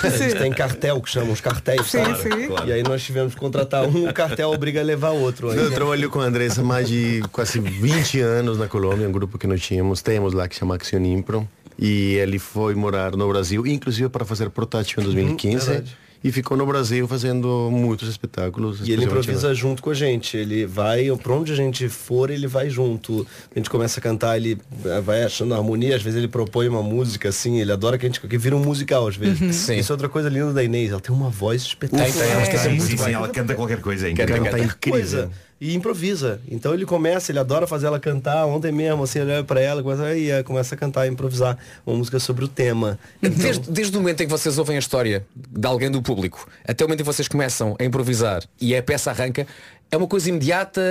Speaker 11: Eles têm cartel que chamam os cartéis.
Speaker 17: Sim,
Speaker 11: sabe?
Speaker 17: sim.
Speaker 11: E aí nós tivemos que contratar um, o cartel obriga a levar outro. Aí,
Speaker 17: Eu trabalho com a Andressa há mais de quase 20 anos na Colômbia, um grupo que nós tínhamos, temos lá que chama Action Impro. E ele foi morar no Brasil, inclusive para fazer portátil em 2015.
Speaker 11: É verdade.
Speaker 17: e e ficou no Brasil fazendo muitos espetáculos.
Speaker 11: E ele
Speaker 17: especialmente
Speaker 11: improvisa junto com a gente. Ele vai, pra onde a gente for, ele vai junto. A gente começa a cantar, ele eh, vai achando a harmonia, às vezes ele propõe uma música assim, ele adora que a gente que vira um musical às vezes.
Speaker 12: Uhum. Sim.
Speaker 11: Isso é outra coisa linda da Inês, ela tem uma voz espetacular.
Speaker 17: É,
Speaker 12: Tem, tem, ela canta Sim, muito sim, bem. sim, ela canta qualquer coisa, é incrível.
Speaker 11: Canta
Speaker 12: Canta
Speaker 11: qualquer coisa. E improvisa. Então ele começa, ele adora fazer ela cantar. Ontem mesmo, assim, ele olha pra ela, começa, e ela começa a cantar, a improvisar uma música sobre o tema. Então
Speaker 6: Desde, desde o momento em que vocês ouvem a história de alguém do público, até o momento em que vocês começam a improvisar e a peça arranca, é uma coisa imediata.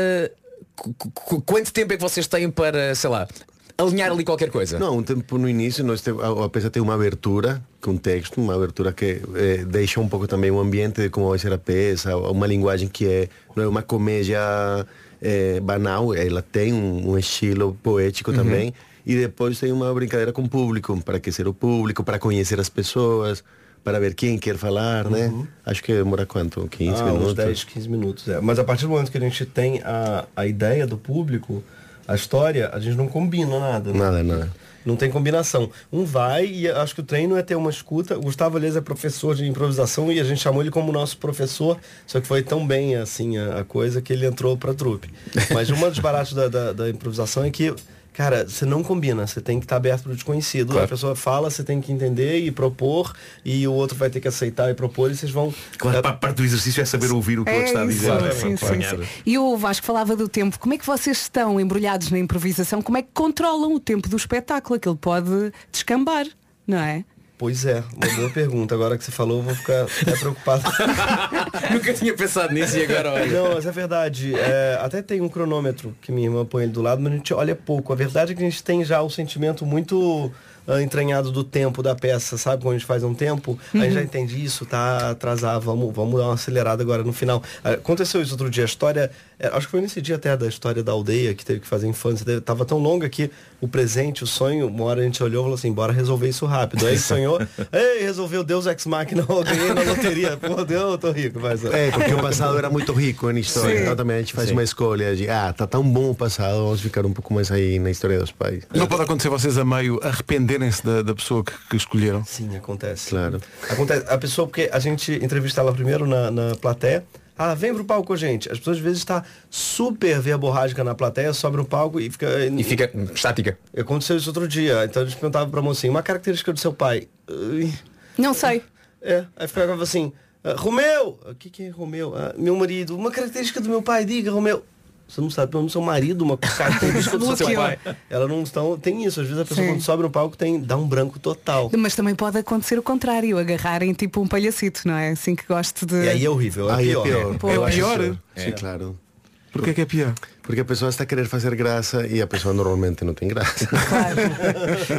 Speaker 6: Qu- qu- Quanto tempo é que vocês têm para, sei lá, alinhar ali qualquer coisa?
Speaker 17: Não, um tempo no início, nós te, a, a peça tem uma abertura com texto, uma abertura que eh, deixa um pouco também o ambiente de como vai ser a peça, uma linguagem que é, não é uma comédia eh, banal, ela tem um, um estilo poético
Speaker 12: Uhum.
Speaker 17: também. E depois tem uma brincadeira com o público, para aquecer o público, para conhecer as pessoas, para ver quem quer falar, né?
Speaker 12: Uhum.
Speaker 17: Acho que demora quanto? 15
Speaker 11: Ah, uns
Speaker 17: minutos?
Speaker 11: 10, 15 minutos. É. Mas a partir do momento que a gente tem a, a ideia do público, a história, a gente não combina nada. né?
Speaker 17: Nada, nada.
Speaker 11: Não tem combinação. Um vai e acho que o treino é ter uma escuta. O Gustavo Lez é professor de improvisação e a gente chamou ele como nosso professor, só que foi tão bem assim a, a coisa que ele entrou pra trupe. Mas um dos baratos da, da- da improvisação é que, cara, você não combina, você tem que estar aberto pro desconhecido.
Speaker 12: Claro.
Speaker 11: A pessoa fala, você tem que entender e propor, e o outro vai ter que aceitar e propor, e vocês vão.
Speaker 12: Claro, pa- parte do exercício é saber ouvir o que o outro está a dizer. não é?
Speaker 3: Sim,
Speaker 12: Para
Speaker 3: sim,
Speaker 12: apanhar.
Speaker 3: sim. E o Vasco falava do tempo. Como é que vocês estão embrulhados na improvisação? Como é que controlam o tempo do espetáculo? Aquilo pode descambar, não é?
Speaker 11: Pois é, uma boa pergunta. Agora que você falou, eu vou ficar até preocupado.
Speaker 6: Nunca tinha pensado nisso e agora olha.
Speaker 11: Não, mas é verdade. É, até tem um cronômetro que minha irmã põe ele do lado, mas a gente olha pouco. A verdade é que a gente tem já o sentimento muito ah, entranhado do tempo da peça, sabe? Quando a gente faz um tempo, a
Speaker 12: Uhum.
Speaker 11: gente já entende isso, tá atrasado, vamos, vamos dar uma acelerada agora no final. Ah, Aconteceu isso outro dia, a história, é, acho que foi nesse dia até da história da aldeia que teve que fazer infância, deve- tava tão longa que o presente, o sonho, uma hora a gente olhou e falou assim, bora resolver isso rápido. Aí sonhou, ei, resolveu Deus Ex Machina, eu ganhei na loteria, pô, deu, eu tô rico, mas...
Speaker 17: É, porque o passado era muito rico em história.
Speaker 11: Sim.
Speaker 17: Então também a gente faz
Speaker 11: Sim.
Speaker 17: uma escolha de, ah, tá tão bom o passado, vamos ficar um pouco mais aí na história dos pais.
Speaker 1: Não pode acontecer vocês a meio arrependerem-se da, da pessoa que, que escolheram?
Speaker 11: Sim, acontece.
Speaker 1: Claro.
Speaker 11: Acontece, a pessoa, porque a gente entrevista ela primeiro na, na plateia, ela vem pro palco com a gente. As pessoas às vezes tá está super verborrágica na plateia, sobe no palco e fica. E
Speaker 6: fica estática.
Speaker 11: Aconteceu isso outro dia. Então a gente perguntava pra mocinha, uma característica do seu pai. Ui.
Speaker 3: Não sei.
Speaker 11: É, aí ficava assim, "Ah, Romeu! O que, que é Romeu? "Ah, meu marido, uma característica do meu pai, diga, Romeu. Você não sabe pelo nome do seu marido, uma
Speaker 3: [LAUGHS]
Speaker 11: característica do seu
Speaker 3: Bloqueou.
Speaker 11: pai. Ela não estão. Tem isso, às vezes a pessoa
Speaker 3: Sim.
Speaker 11: quando sobe no palco tem, dá um branco total.
Speaker 3: Mas também pode acontecer o contrário, agarrarem tipo um palhacito, não é? Assim que gosto de.
Speaker 11: E aí é horrível, é
Speaker 17: Aí
Speaker 11: pior.
Speaker 17: é pior.
Speaker 3: Pois.
Speaker 17: Eu acho
Speaker 3: Pior?
Speaker 17: isso.
Speaker 3: É.
Speaker 17: Sim, claro.
Speaker 1: Por que é, que é pior?
Speaker 17: Porque a pessoa está a querer fazer graça e a pessoa normalmente não tem
Speaker 3: [LAUGHS]
Speaker 17: graça.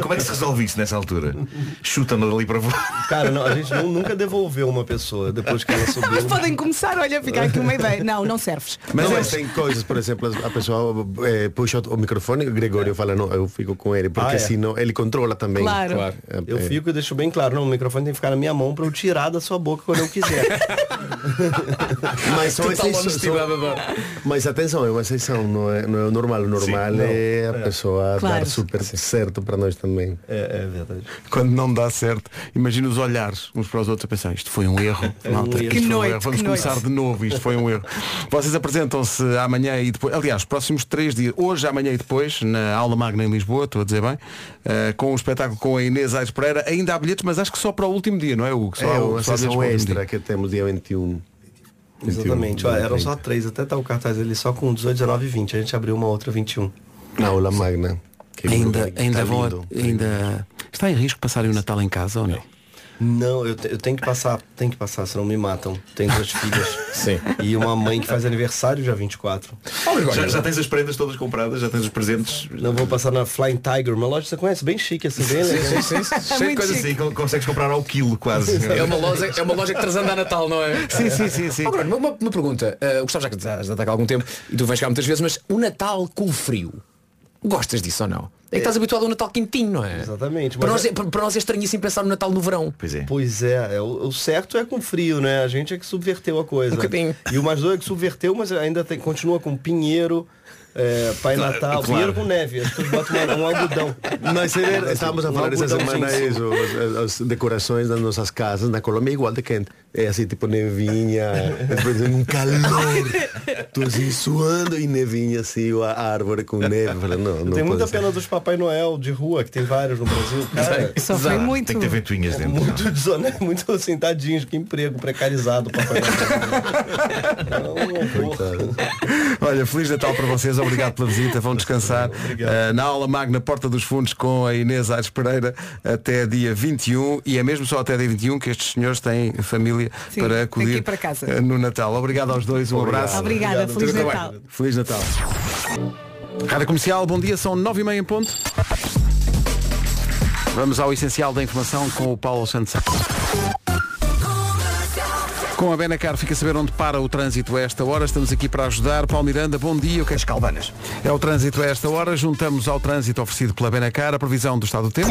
Speaker 12: Como é que se resolve isso nessa altura? Chutam-no dali para fora.
Speaker 11: Cara, não, a gente não- nunca devolveu uma pessoa depois que ela subiu.
Speaker 3: [LAUGHS] Ah, Mas podem começar, olha, fica aqui uma ideia. Não, não serves.
Speaker 17: Mas é, tem coisas, por exemplo, a pessoa eh, puxa o microfone e o Gregório fala, não, eu fico com ele, porque
Speaker 11: É. Ah, é.
Speaker 17: senão ele controla também. É,
Speaker 11: Eu fico e deixo bem claro, não, o microfone tem que ficar na minha mão pra eu tirar da sua boca quando eu quiser.
Speaker 17: [LAUGHS]
Speaker 11: tá
Speaker 17: Mas são
Speaker 11: Total
Speaker 17: exceções,
Speaker 11: honestidade,
Speaker 17: são- Mas atenção, é uma exceção, não é, não é o normal. O normal
Speaker 1: não.
Speaker 17: é a
Speaker 1: É.
Speaker 17: pessoa
Speaker 1: Claro.
Speaker 17: dar super certo para nós também.
Speaker 11: É, verdade.
Speaker 1: Quando não dá certo, imagina os olhares uns para os outros a pensar, isto foi um erro.
Speaker 17: [LAUGHS] É um
Speaker 1: malta,
Speaker 17: erro.
Speaker 1: isto
Speaker 17: Que
Speaker 1: foi um
Speaker 17: noite,
Speaker 1: erro. Vamos
Speaker 17: que
Speaker 1: começar
Speaker 17: noite."
Speaker 1: de novo, isto foi
Speaker 17: [LAUGHS]
Speaker 1: um erro. Vocês apresentam-se amanhã e depois, aliás, próximos três dias, hoje, amanhã e depois, na Aula Magna em Lisboa, estou a dizer bem, eh, com o espetáculo com a Inês Aires Pereira, ainda há bilhetes, mas acho que só para o último dia, não é, Hugo? Só,
Speaker 17: é
Speaker 1: há-
Speaker 17: uma
Speaker 1: só há bilhetes
Speaker 17: sessão
Speaker 1: para o último
Speaker 17: extra
Speaker 1: dia.
Speaker 17: que temos dia 21.
Speaker 11: Exatamente, ó, eram só três, até tá o cartaz ali só com 18, 19 e 20. A gente abriu uma outra 21.
Speaker 17: Na aula magna.
Speaker 1: Ainda, ainda,
Speaker 11: Tá
Speaker 1: vão,
Speaker 11: lindo.
Speaker 1: ainda está em risco passarem o Natal em casa ou não?
Speaker 11: Não, eu, te- eu tenho que passar, tenho que passar, senão me matam. Tenho duas filhas. Sim. E uma mãe que faz aniversário dia 24.
Speaker 12: já, já tens as prendas todas compradas, já tens os presentes.
Speaker 11: Não vou passar na Flying Tiger, uma loja que você conhece, bem chique assim, bem
Speaker 12: Sim,
Speaker 11: legal.
Speaker 12: sim, sim, sim. É Cheio de muito coisa chique. assim, que consegues comprar ao quilo quase.
Speaker 6: É uma loja, é uma loja que transanda a Natal, não é?
Speaker 12: Sim, sim, sim, sim.
Speaker 6: Oh, Bruno, uma, uma pergunta. Ah, o Gustavo já que já já está cá há algum tempo e tu vens cá muitas vezes, mas o Natal com frio, gostas disso ou não? É que estás habituado ao Natal quentinho, não é?
Speaker 11: Exatamente.
Speaker 6: Para
Speaker 11: mas
Speaker 6: nós, é, para para nós é estranhíssimo pensar no Natal no verão.
Speaker 12: Pois é.
Speaker 11: Pois é, é, o, o certo é com frio, né? A gente é que subverteu a coisa.
Speaker 6: Um bocadinho.
Speaker 11: e o mais doido é que subverteu, mas ainda tem- continua com pinheiro. eh, Pai
Speaker 17: Claro,
Speaker 11: Natal,
Speaker 17: claro.
Speaker 11: dinheiro com neve, as pessoas botam uma- um algodão.
Speaker 17: Nós
Speaker 11: Assim,
Speaker 17: estávamos a falar essa
Speaker 11: algodãozinho.
Speaker 17: semana isso, as, as- as decorações das nossas casas na Colômbia é igual de quente. É assim, tipo nevinha, depois um calor, tu assim suando e nevinha assim, a árvore com neve. Eu falei, não, não
Speaker 11: Tem muita
Speaker 17: pode ser.
Speaker 11: pena dos Papai Noel de rua, que tem vários no Brasil. Cara,
Speaker 17: Tem- Sofrem exato. muito. Tem que ter ventoinhas
Speaker 11: É
Speaker 17: dentro.
Speaker 11: Muito desonesto, [LAUGHS] muito assim, tadinhos, que emprego precarizado, Papai Noel. É um horror.
Speaker 1: [LAUGHS] Olha, Feliz Natal para vocês, obrigado pela visita, vão descansar eh, na aula magna Porta dos Fundos com a Inês Aires Pereira até dia 21 e é mesmo só até dia 21 que estes senhores têm família
Speaker 3: Sim,
Speaker 1: para
Speaker 3: tem que ir
Speaker 1: acudir
Speaker 3: para casa.
Speaker 1: eh, no Natal. Obrigado aos dois, um
Speaker 3: Obrigado.
Speaker 1: abraço.
Speaker 3: Obrigada,
Speaker 1: Tudo
Speaker 3: Feliz
Speaker 1: bem.
Speaker 3: Natal.
Speaker 1: Feliz Natal. Rádio Comercial, bom dia, são 9h30 em ponto. Vamos ao essencial da informação com o Paulo Santos. Com a Benacar fica a saber onde para o trânsito a esta hora. Estamos aqui para ajudar. Paulo Miranda, bom dia. O que é
Speaker 2: Calvanas?
Speaker 1: É o trânsito a esta hora. Juntamos ao trânsito oferecido pela Benacar a previsão do estado do tempo.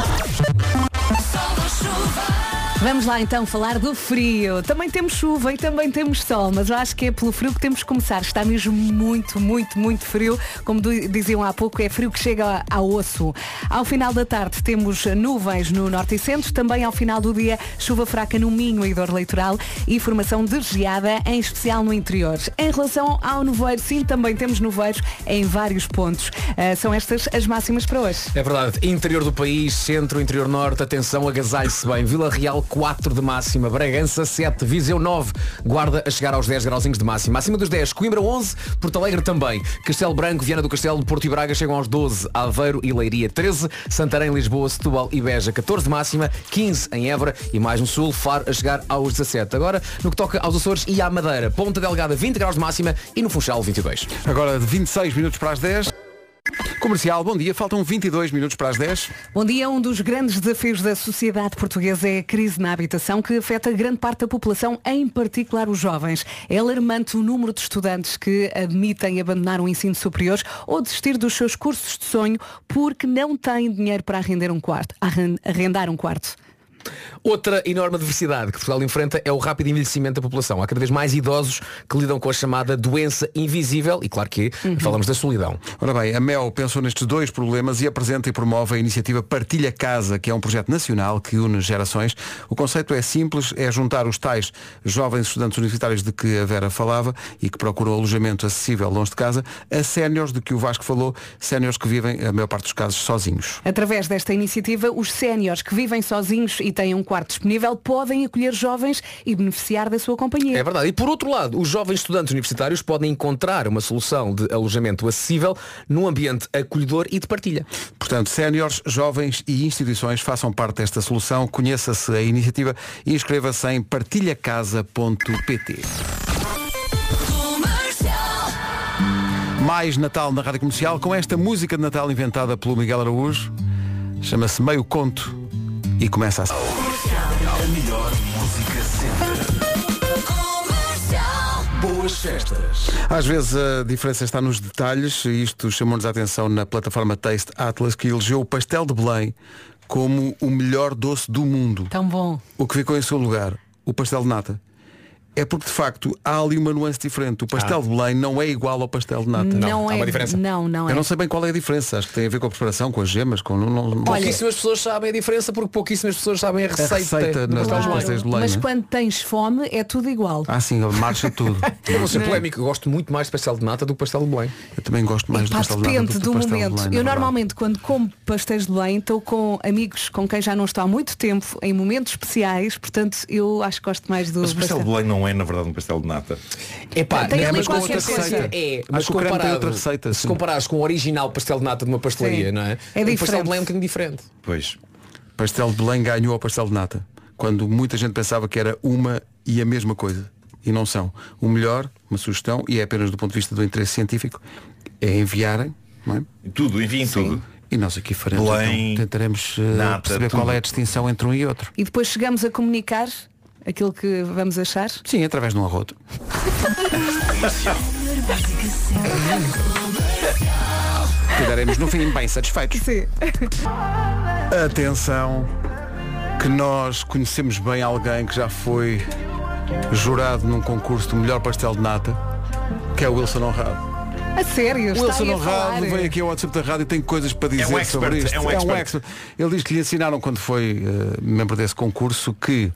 Speaker 3: Vamos lá então falar do frio. Também temos chuva e também temos sol, mas eu acho que é pelo frio que temos que começar. Está mesmo muito, muito, muito frio. Como du- diziam há pouco, é frio que chega a- ao osso. Ao final da tarde temos nuvens no norte e centro, também ao final do dia chuva fraca no Minho e dor leitoral e formação de geada, em especial no interior. Em relação ao nevoeiro, sim, também temos nevoeiros em vários pontos. Ah, são estas as máximas para hoje.
Speaker 6: É verdade, interior do país, centro, interior norte, atenção, agasalhe-se bem. Vila Real 4 de máxima, Bragança 7, Viseu 9, Guarda a chegar aos 10 grauzinhos de máxima. Acima dos 10, Coimbra 11, Porto Alegre também, Castelo Branco, Viana do Castelo, Porto e Braga chegam aos 12, Aveiro e Leiria 13, Santarém, Lisboa, Setúbal e Beja 14 de máxima, 15 em Évora e mais no sul, Faro a chegar aos 17. Agora, no que toca aos Açores e à Madeira, Ponta Delgada 20 graus de máxima e no Funchal 22.
Speaker 1: Agora 26 minutos para as 10. Comercial, bom dia. Faltam 22 minutos para as 10.
Speaker 3: Bom dia. Um dos grandes desafios da sociedade portuguesa é a crise na habitação que afeta grande parte da população, em particular os jovens. É alarmante o número de estudantes que admitem abandonar o ensino superior ou desistir dos seus cursos de sonho porque não têm dinheiro para arrendar um quarto. arren- Arrendar um quarto.
Speaker 6: Outra enorme adversidade que Portugal enfrenta é o rápido envelhecimento da população. Há cada vez mais idosos que lidam com a chamada doença invisível e, claro que,
Speaker 12: Uhum.
Speaker 6: falamos da solidão.
Speaker 1: Ora bem, a Mel pensou nestes dois problemas e apresenta e promove a iniciativa Partilha Casa, que é um projeto nacional que une gerações. O conceito é simples, é juntar os tais jovens estudantes universitários de que a Vera falava e que procuram alojamento acessível longe de casa, a séniores de que o Vasco falou, séniores que vivem, a maior parte dos casos, sozinhos.
Speaker 3: Através desta iniciativa, os séniores que vivem sozinhos e têm um quarto disponível podem acolher jovens e beneficiar da sua companhia.
Speaker 6: É verdade. E por outro lado, os jovens estudantes universitários podem encontrar uma solução de alojamento acessível num ambiente acolhedor e de partilha.
Speaker 1: Portanto, séniores, jovens e instituições façam parte desta solução. Conheça-se a iniciativa e inscreva-se em partilhacasa.pt. Mais Natal na Rádio Comercial com esta música de Natal inventada pelo Miguel Araújo. Chama-se Meio Conto e começa assim.
Speaker 13: A melhor música sempre. Boas festas.
Speaker 1: Às vezes a diferença está nos detalhes e isto chamou-nos a atenção na plataforma Taste Atlas que elegeu o pastel de Belém como o melhor doce do mundo.
Speaker 3: Tão bom.
Speaker 1: O que ficou em seu lugar, o pastel de nata. É porque de facto há ali uma nuance diferente. O pastel de Belém não é igual ao pastel de nata.
Speaker 3: é. Não, não é.
Speaker 1: Eu não sei bem qual é a diferença. Acho que tem a ver com a preparação, com as gemas, com. Não, não- não sei.
Speaker 6: Pouquíssimas pessoas sabem a diferença porque pouquíssimas pessoas sabem a receita,
Speaker 1: receita
Speaker 6: do
Speaker 1: na-
Speaker 6: pastel
Speaker 1: nas
Speaker 6: de Belém.
Speaker 1: pastéis de Belém,
Speaker 3: Mas
Speaker 1: não é?
Speaker 3: quando tens fome é tudo igual.
Speaker 1: Ah, sim, marcha
Speaker 3: [LAUGHS]
Speaker 1: tudo.
Speaker 6: Eu vou ser polémico, eu gosto muito mais de pastel de nata do que pastel de Belém.
Speaker 1: Eu também gosto mais
Speaker 3: Pá, depende do, momento. eu normalmente quando como pastéis de Belém estou com amigos com quem já não estou há muito tempo, em momentos especiais, portanto eu acho que gosto mais do
Speaker 12: Mas o pastel de Belém não é, na verdade, um pastel de nata.
Speaker 6: É pá,
Speaker 3: Tem
Speaker 6: é,
Speaker 3: ali
Speaker 6: mas com
Speaker 3: qualquer
Speaker 6: outra
Speaker 3: coisa.
Speaker 6: receita. É,
Speaker 1: Acho
Speaker 6: mas
Speaker 1: que o creme tem
Speaker 6: comparado,
Speaker 1: outra receita,
Speaker 6: se
Speaker 1: sim.
Speaker 6: comparares com o original pastel de nata de uma pastelaria,
Speaker 1: Sim.
Speaker 6: não é?
Speaker 1: É
Speaker 6: O pastel de
Speaker 1: diferente.
Speaker 6: Belém é um bocadinho diferente.
Speaker 1: Pois. Pastel de Belém ganhou ao pastel de nata. Quando muita gente pensava que era uma e a mesma coisa. E não são. O melhor, uma sugestão, e é apenas do ponto de vista do interesse científico, é enviarem. Não é?
Speaker 12: Tudo, enviem tudo.
Speaker 1: E nós aqui faremos.
Speaker 12: Belém,
Speaker 1: então, tentaremos eh,
Speaker 12: nata,
Speaker 1: perceber
Speaker 12: tudo.
Speaker 1: qual é a distinção entre um e outro.
Speaker 3: E depois chegamos a comunicar aquilo que vamos achar.
Speaker 1: Sim, através de um arroto. Ficaremos no fim bem satisfeitos.
Speaker 3: Sim.
Speaker 1: Atenção, que nós conhecemos bem alguém que já foi jurado num concurso do melhor pastel de nata, que é o Wilson Honrado.
Speaker 3: A sério,
Speaker 1: O
Speaker 3: está
Speaker 1: Wilson
Speaker 3: aí a falar.
Speaker 1: Honrado veio aqui ao WhatsApp da rádio e tem coisas para dizer
Speaker 12: um expert,
Speaker 1: sobre isto.
Speaker 12: é um expert.
Speaker 1: Ele diz que lhe ensinaram quando foi eh, membro desse concurso que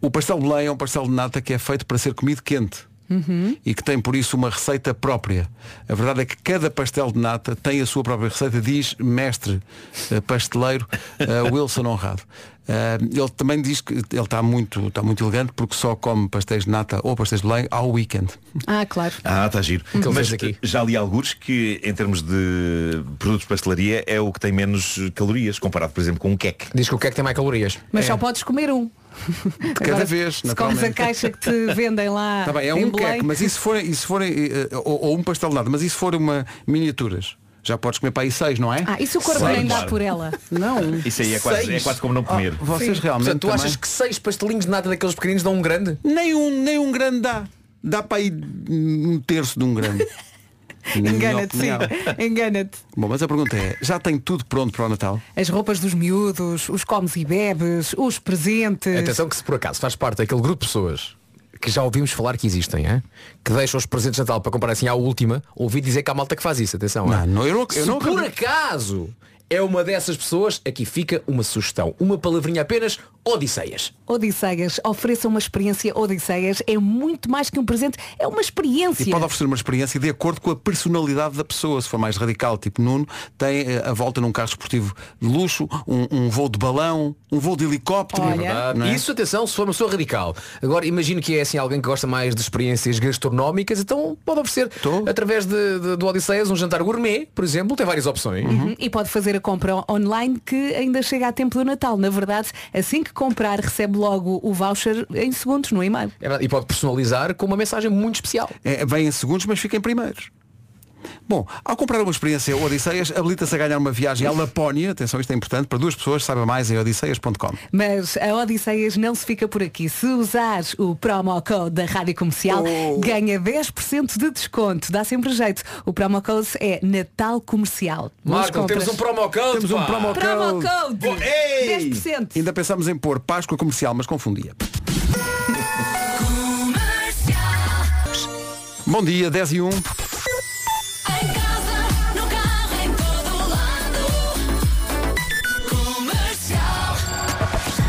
Speaker 1: o pastel de leite é um pastel de nata que é feito para ser comido quente.
Speaker 7: Uhum.
Speaker 1: e que tem por isso uma receita própria. A verdade é que cada pastel de nata tem a sua própria receita, diz mestre eh, pasteleiro
Speaker 12: [LAUGHS]
Speaker 1: eh, Wilson Honrado. Eh, ele também diz que ele está muito, está muito elegante porque só come pastéis de nata ou pastéis de leite ao weekend.
Speaker 3: Ah, claro.
Speaker 12: Ah, está giro.
Speaker 3: Aquele
Speaker 12: Mas
Speaker 3: fez aqui.
Speaker 12: já li alguns que, em termos de produtos de pastelaria, é o que tem menos calorias, comparado, por exemplo, com um queque.
Speaker 6: Diz que o queque tem mais calorias.
Speaker 3: Mas só podes comer um. De
Speaker 1: É. cada vez,
Speaker 3: Se comes a
Speaker 1: naturalmente.
Speaker 3: caixa que te vendem lá.
Speaker 1: Tá bem, é
Speaker 3: em
Speaker 1: um
Speaker 3: Belém,
Speaker 1: queque, mas isso forem, isso forem eh, ou, ou um pastel de nata, mas isso for uma miniaturas. Já podes comer para aí seis, não é?
Speaker 3: Ah, e se o corpo
Speaker 1: Seis.
Speaker 3: nem dá por ela?
Speaker 1: Não.
Speaker 12: Isso aí é quase, é
Speaker 1: Seis.
Speaker 12: quase como não comer.
Speaker 1: Ah, vocês realmente
Speaker 6: Portanto, tu
Speaker 1: também-
Speaker 6: achas que seis pastelinhos de nada daqueles pequeninos dão um grande?
Speaker 1: Nem um, nem um grande dá. Dá para aí um terço de um grande. [LAUGHS] Na minha
Speaker 3: Engana-te, sim.
Speaker 1: opinião.
Speaker 3: Engana-te.
Speaker 1: Bom, mas a pergunta é, já tem tudo pronto para o Natal?
Speaker 3: As roupas dos miúdos, os comes e bebes, os
Speaker 1: É
Speaker 3: presentes.
Speaker 6: Atenção que se por acaso faz parte daquele grupo de pessoas que já ouvimos falar que existem, hein? que deixam os presentes de Natal para comprar assim à última, ouvi dizer que há malta que faz isso, atenção. hein?
Speaker 1: Não, não, eu não- eu
Speaker 6: se
Speaker 1: não
Speaker 6: por
Speaker 1: acredito.
Speaker 6: acaso é uma dessas pessoas, aqui fica uma sugestão, uma palavrinha apenas, Odisseias.
Speaker 3: Odisseias, ofereça uma experiência Odisseias. É muito mais que um presente, é uma experiência.
Speaker 1: E pode oferecer uma experiência de acordo com a personalidade da pessoa. Se for mais radical, tipo Nuno, tem eh, a volta num carro esportivo de luxo, um, um voo de balão, um voo de helicóptero.
Speaker 6: Verdade.
Speaker 1: não é?
Speaker 6: Isso, atenção, se for uma pessoa radical. Agora, imagino que é assim alguém que gosta mais de experiências gastronómicas, então pode oferecer, através de, de- do Odisseias, um jantar gourmet, por exemplo, tem várias opções. é
Speaker 3: Uhum. E pode fazer a compra online que ainda chega a tempo do Natal. Na verdade, assim que comprar, recebe logo o voucher em segundos no e-mail.
Speaker 6: É verdade, E pode personalizar com uma mensagem muito especial.
Speaker 1: É, vem em segundos, mas fica em primeiros. Bom, ao comprar uma experiência Odisseias, habilita-se a ganhar uma viagem à Lapónia, atenção, isto é importante, para duas pessoas, saiba mais em odisseias.com.
Speaker 3: Mas a Odisseias não se fica por aqui. Se usares o promo code da Rádio Comercial,
Speaker 6: Oh.
Speaker 3: ganha 10% de desconto. Dá sempre jeito. O promo code é Natal Comercial. Nas
Speaker 6: Marco, temos
Speaker 3: compras.
Speaker 6: um promo code.
Speaker 1: Temos um
Speaker 6: pá.
Speaker 1: promo code.
Speaker 3: Promo code.
Speaker 1: Bom, ei!
Speaker 3: 10%.
Speaker 1: Ainda pensámos em pôr Páscoa comercial, mas confundia. Bom dia, 10 e 1.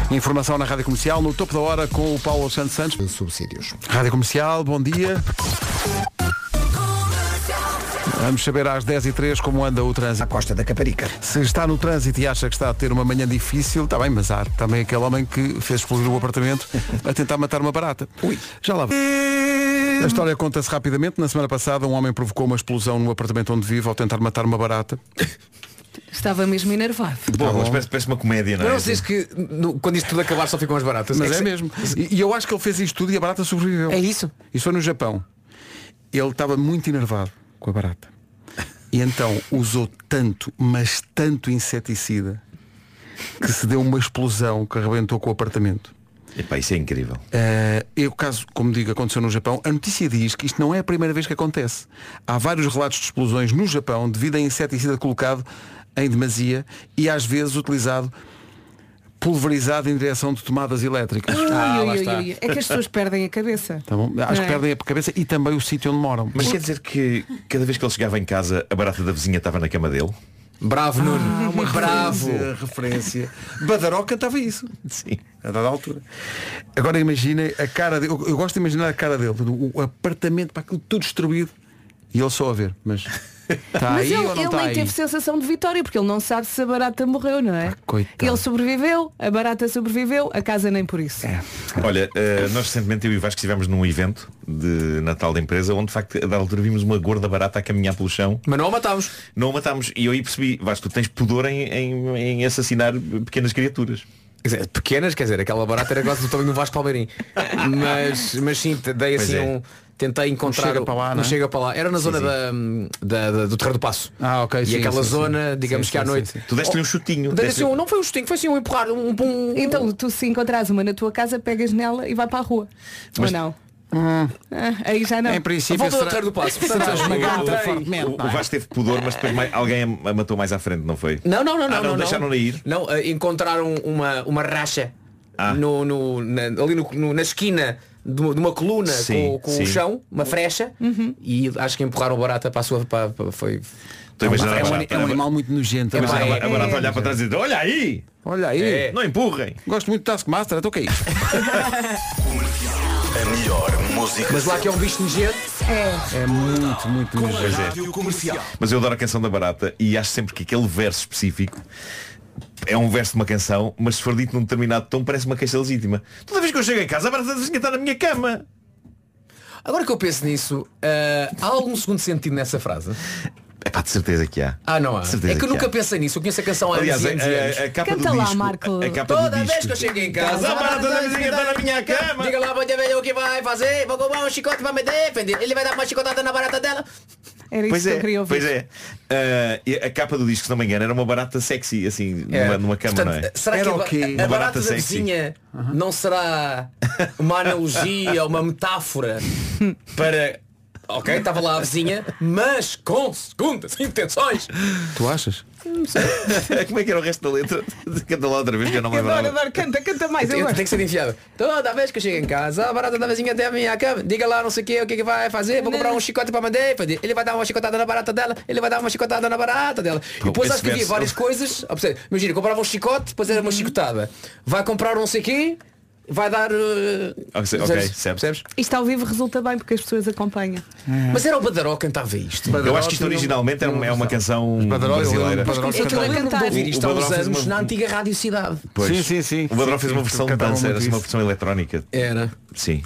Speaker 1: Informação na Rádio Comercial, no topo da hora com o Paulo Santos Santos. Subsídios. Rádio Comercial, bom dia. Vamos saber às 10 e três como anda o trânsito. A
Speaker 2: Costa da Caparica.
Speaker 1: Se está no trânsito e acha que está a ter uma manhã difícil, está bem, mas há também aquele homem que fez explodir o
Speaker 6: [LAUGHS]
Speaker 1: apartamento a tentar matar uma barata. Já lá vai. A história conta-se rapidamente. Na semana passada, um homem provocou uma explosão no apartamento onde vive ao tentar matar uma barata.
Speaker 3: Estava mesmo enervado.
Speaker 12: Tá Bom,
Speaker 1: bom.
Speaker 12: mas parece, parece uma comédia, não é?
Speaker 6: Não, não sei se que no- quando isto tudo acabar só ficam as baratas.
Speaker 1: Mas
Speaker 6: que
Speaker 1: é
Speaker 6: se-
Speaker 1: mesmo. E, e eu acho que ele fez isto tudo e a barata sobreviveu. É
Speaker 6: isso.
Speaker 1: Isso foi no Japão. Ele estava muito enervado com a barata. E então usou tanto, mas tanto inseticida, que se deu uma explosão que arrebentou com o apartamento.
Speaker 12: Epá, isso é incrível.
Speaker 1: Eh, e o caso, como digo, aconteceu no Japão. A notícia diz que isto não é a primeira vez que acontece. Há vários relatos de explosões no Japão devido a inseticida colocado em demasia e às vezes utilizado pulverizado em direção de tomadas elétricas.
Speaker 3: Ui, ui, ui, ui. É que as pessoas perdem a cabeça.
Speaker 1: Ah, Tá bom? Acho
Speaker 3: Não é?
Speaker 1: que perdem a cabeça e também o sítio onde moram.
Speaker 12: Mas quer dizer que cada vez que ele chegava em casa, a barata da vizinha estava na cama dele?
Speaker 6: Bravo, Nuno.
Speaker 1: Ah, uma
Speaker 6: Bravo.
Speaker 1: referência, referência. Badaró cantava isso. Sim. A dada altura. Agora imaginem a cara dele. Eu, eu gosto de imaginar a cara dele. O, o apartamento para aquilo tudo destruído. E ele só a ver. Mas está
Speaker 3: Mas
Speaker 1: aí
Speaker 3: ele,
Speaker 1: ou não
Speaker 3: ele
Speaker 1: está
Speaker 3: nem
Speaker 1: aí?
Speaker 3: teve sensação de vitória, porque ele não sabe se a barata morreu, não é?
Speaker 1: Ah, coitado.
Speaker 3: Ele sobreviveu, a barata sobreviveu, a casa nem por isso.
Speaker 1: É.
Speaker 12: Olha, eh, nós recentemente eu e o Vasco estivemos num evento de Natal da empresa onde de facto a da altura vimos uma gorda barata a caminhar pelo chão.
Speaker 6: Mas não a matámos.
Speaker 12: Não a matámos. E eu aí percebi, Vasco, tu tens pudor em, em- em assassinar pequenas criaturas.
Speaker 6: Quer dizer, Pequenas, quer dizer, aquela barata era quase do tamanho do Vasco Palmeirim. Mas, mas sim, te- dei
Speaker 12: Pois
Speaker 6: assim
Speaker 12: é.
Speaker 6: um. Tentei encontrar.
Speaker 1: chega
Speaker 6: o- um
Speaker 1: para lá, não é?
Speaker 6: chega para lá. Era na
Speaker 12: Sim,
Speaker 6: zona
Speaker 12: sim.
Speaker 6: da, hum, da- da- do Terreiro do Passo.
Speaker 1: Ah, ok.
Speaker 6: E
Speaker 1: sim,
Speaker 6: aquela
Speaker 1: sim,
Speaker 6: zona,
Speaker 1: sim.
Speaker 6: digamos
Speaker 1: Sim,
Speaker 6: que à
Speaker 1: sim,
Speaker 6: noite.
Speaker 1: sim, sim.
Speaker 12: Tu deste-lhe um chutinho.
Speaker 6: Dei-lhe
Speaker 12: deste-
Speaker 6: assim um- não foi um chutinho, foi assim um empurrar. Um, um-
Speaker 3: Então tu se encontrares uma na tua casa, pegas nela e vai para a rua.
Speaker 12: Mas-
Speaker 3: Ou não? Ah, aí já não.
Speaker 1: Em princípio,
Speaker 6: Volta ao
Speaker 1: será-
Speaker 6: Terreiro do Passo.
Speaker 1: será
Speaker 3: é
Speaker 6: Portanto,
Speaker 1: esmagado
Speaker 6: eu- eu-
Speaker 1: fortemente,
Speaker 12: O,
Speaker 1: não é?
Speaker 12: o Vasco teve pudor, mas depois mais- alguém a matou mais à frente, não foi?
Speaker 6: Não, não, não,
Speaker 12: Ah,
Speaker 6: não, não.
Speaker 12: deixaram-na ir.
Speaker 6: Não, eh, encontraram uma, uma racha no, no- na- ali no- no- na esquina de uma, de uma coluna
Speaker 12: Sim,
Speaker 6: com, com
Speaker 12: sim.
Speaker 6: o chão, uma frecha,
Speaker 1: Uhum.
Speaker 6: e acho que empurraram o barata para a sua. Para, para- foi.
Speaker 12: Estou a imaginar
Speaker 6: É
Speaker 12: a
Speaker 6: um-
Speaker 12: barata.
Speaker 6: é um animal
Speaker 1: muito nojento.
Speaker 12: Estou a imaginar
Speaker 6: É,
Speaker 12: a barata
Speaker 6: é,
Speaker 12: olhar para trás e dizer, olha aí!
Speaker 1: Olha aí!
Speaker 12: É. Não empurrem!
Speaker 1: Gosto muito de Taskmaster, então o que
Speaker 12: [LAUGHS]
Speaker 1: é isto?
Speaker 13: A melhor música.
Speaker 6: Mas lá que é um bicho nojento.
Speaker 1: É muito, muito
Speaker 12: Pois é.
Speaker 13: comercial.
Speaker 12: Mas eu adoro a canção da Barata e acho sempre que aquele verso específico é um verso de uma canção, mas se for dito num determinado tom parece uma queixa legítima. Toda vez que eu chego em casa, a Barata da Vizinha está na minha cama.
Speaker 6: Agora que eu penso nisso, ah, há algum segundo sentido nessa frase?
Speaker 12: É pá, de certeza que há.
Speaker 6: Ah, não há.
Speaker 12: De certeza
Speaker 6: é que eu nunca
Speaker 12: há.
Speaker 6: pensei nisso. Eu conheço a canção há
Speaker 12: Aliás,
Speaker 6: anos e anos e
Speaker 12: a- a-
Speaker 6: anos.
Speaker 12: a capa Canta do lá, disco- Marco. a capa do
Speaker 6: Toda vez
Speaker 12: disco.
Speaker 6: que eu chego em casa,
Speaker 12: A barata da vizinha está na minha cama.
Speaker 6: Diga lá, pode ver o que vai fazer. Vou comprar um chicote para me defender. Ele vai dar uma chicotada na barata dela.
Speaker 3: Era isso
Speaker 12: Pois
Speaker 3: que
Speaker 12: é,
Speaker 3: eu queria ouvir.
Speaker 12: pois é. Ah, e a capa do disco, se não me engano, era uma barata sexy, assim,
Speaker 6: É.
Speaker 12: numa, numa cama,
Speaker 6: Portanto,
Speaker 12: não é?
Speaker 6: Será que a, a,
Speaker 12: Uma
Speaker 6: barata, da vizinha não será uma analogia, uma metáfora para. Ok, estava lá a vizinha, mas com segundas intenções.
Speaker 1: Tu achas?
Speaker 12: Como é [LAUGHS] que era o resto da letra? Canta lá outra vez que eu não me
Speaker 6: Adoro,
Speaker 12: lembrava.
Speaker 6: adoro,
Speaker 3: canta, canta
Speaker 6: mais,
Speaker 12: eu gosto.
Speaker 6: Tem que ser enfiado. Toda vez que eu chego em casa, a barata da vizinha até a minha cama. Diga lá, não sei o que, o que, que vai fazer. Vou comprar um chicote para mandar. Ele vai dar uma chicotada na barata dela. Ele vai dar uma chicotada na barata dela. E depois
Speaker 16: esse
Speaker 6: acho que havia
Speaker 16: verso-
Speaker 6: várias coisas. Ah, percebe? Imagina, comprava um chicote, depois era uma chicotada. Vai comprar um não sei o quê, vai dar... eh,
Speaker 12: Ok, ok,
Speaker 6: percebes?
Speaker 12: É, percebes?
Speaker 3: Isto ao vivo resulta bem porque as pessoas acompanham.
Speaker 6: Mas era o Badaró que cantava isto.
Speaker 12: Eu acho que isto originalmente era uma, é uma canção brasileira.
Speaker 6: É que eu lembro de ouvir isto
Speaker 12: O
Speaker 6: há
Speaker 12: Badaró
Speaker 6: uns
Speaker 12: fez
Speaker 6: anos
Speaker 12: uma-
Speaker 6: na antiga Rádio Cidade.
Speaker 12: Pois.
Speaker 1: Sim, sim, sim.
Speaker 12: O Badró
Speaker 1: Sim,
Speaker 12: fez uma
Speaker 1: sim, um
Speaker 12: versão de
Speaker 1: cantavam
Speaker 12: dança,
Speaker 1: muito
Speaker 12: era assim
Speaker 1: isso.
Speaker 12: uma versão eletrónica.
Speaker 6: Era.
Speaker 12: Sim.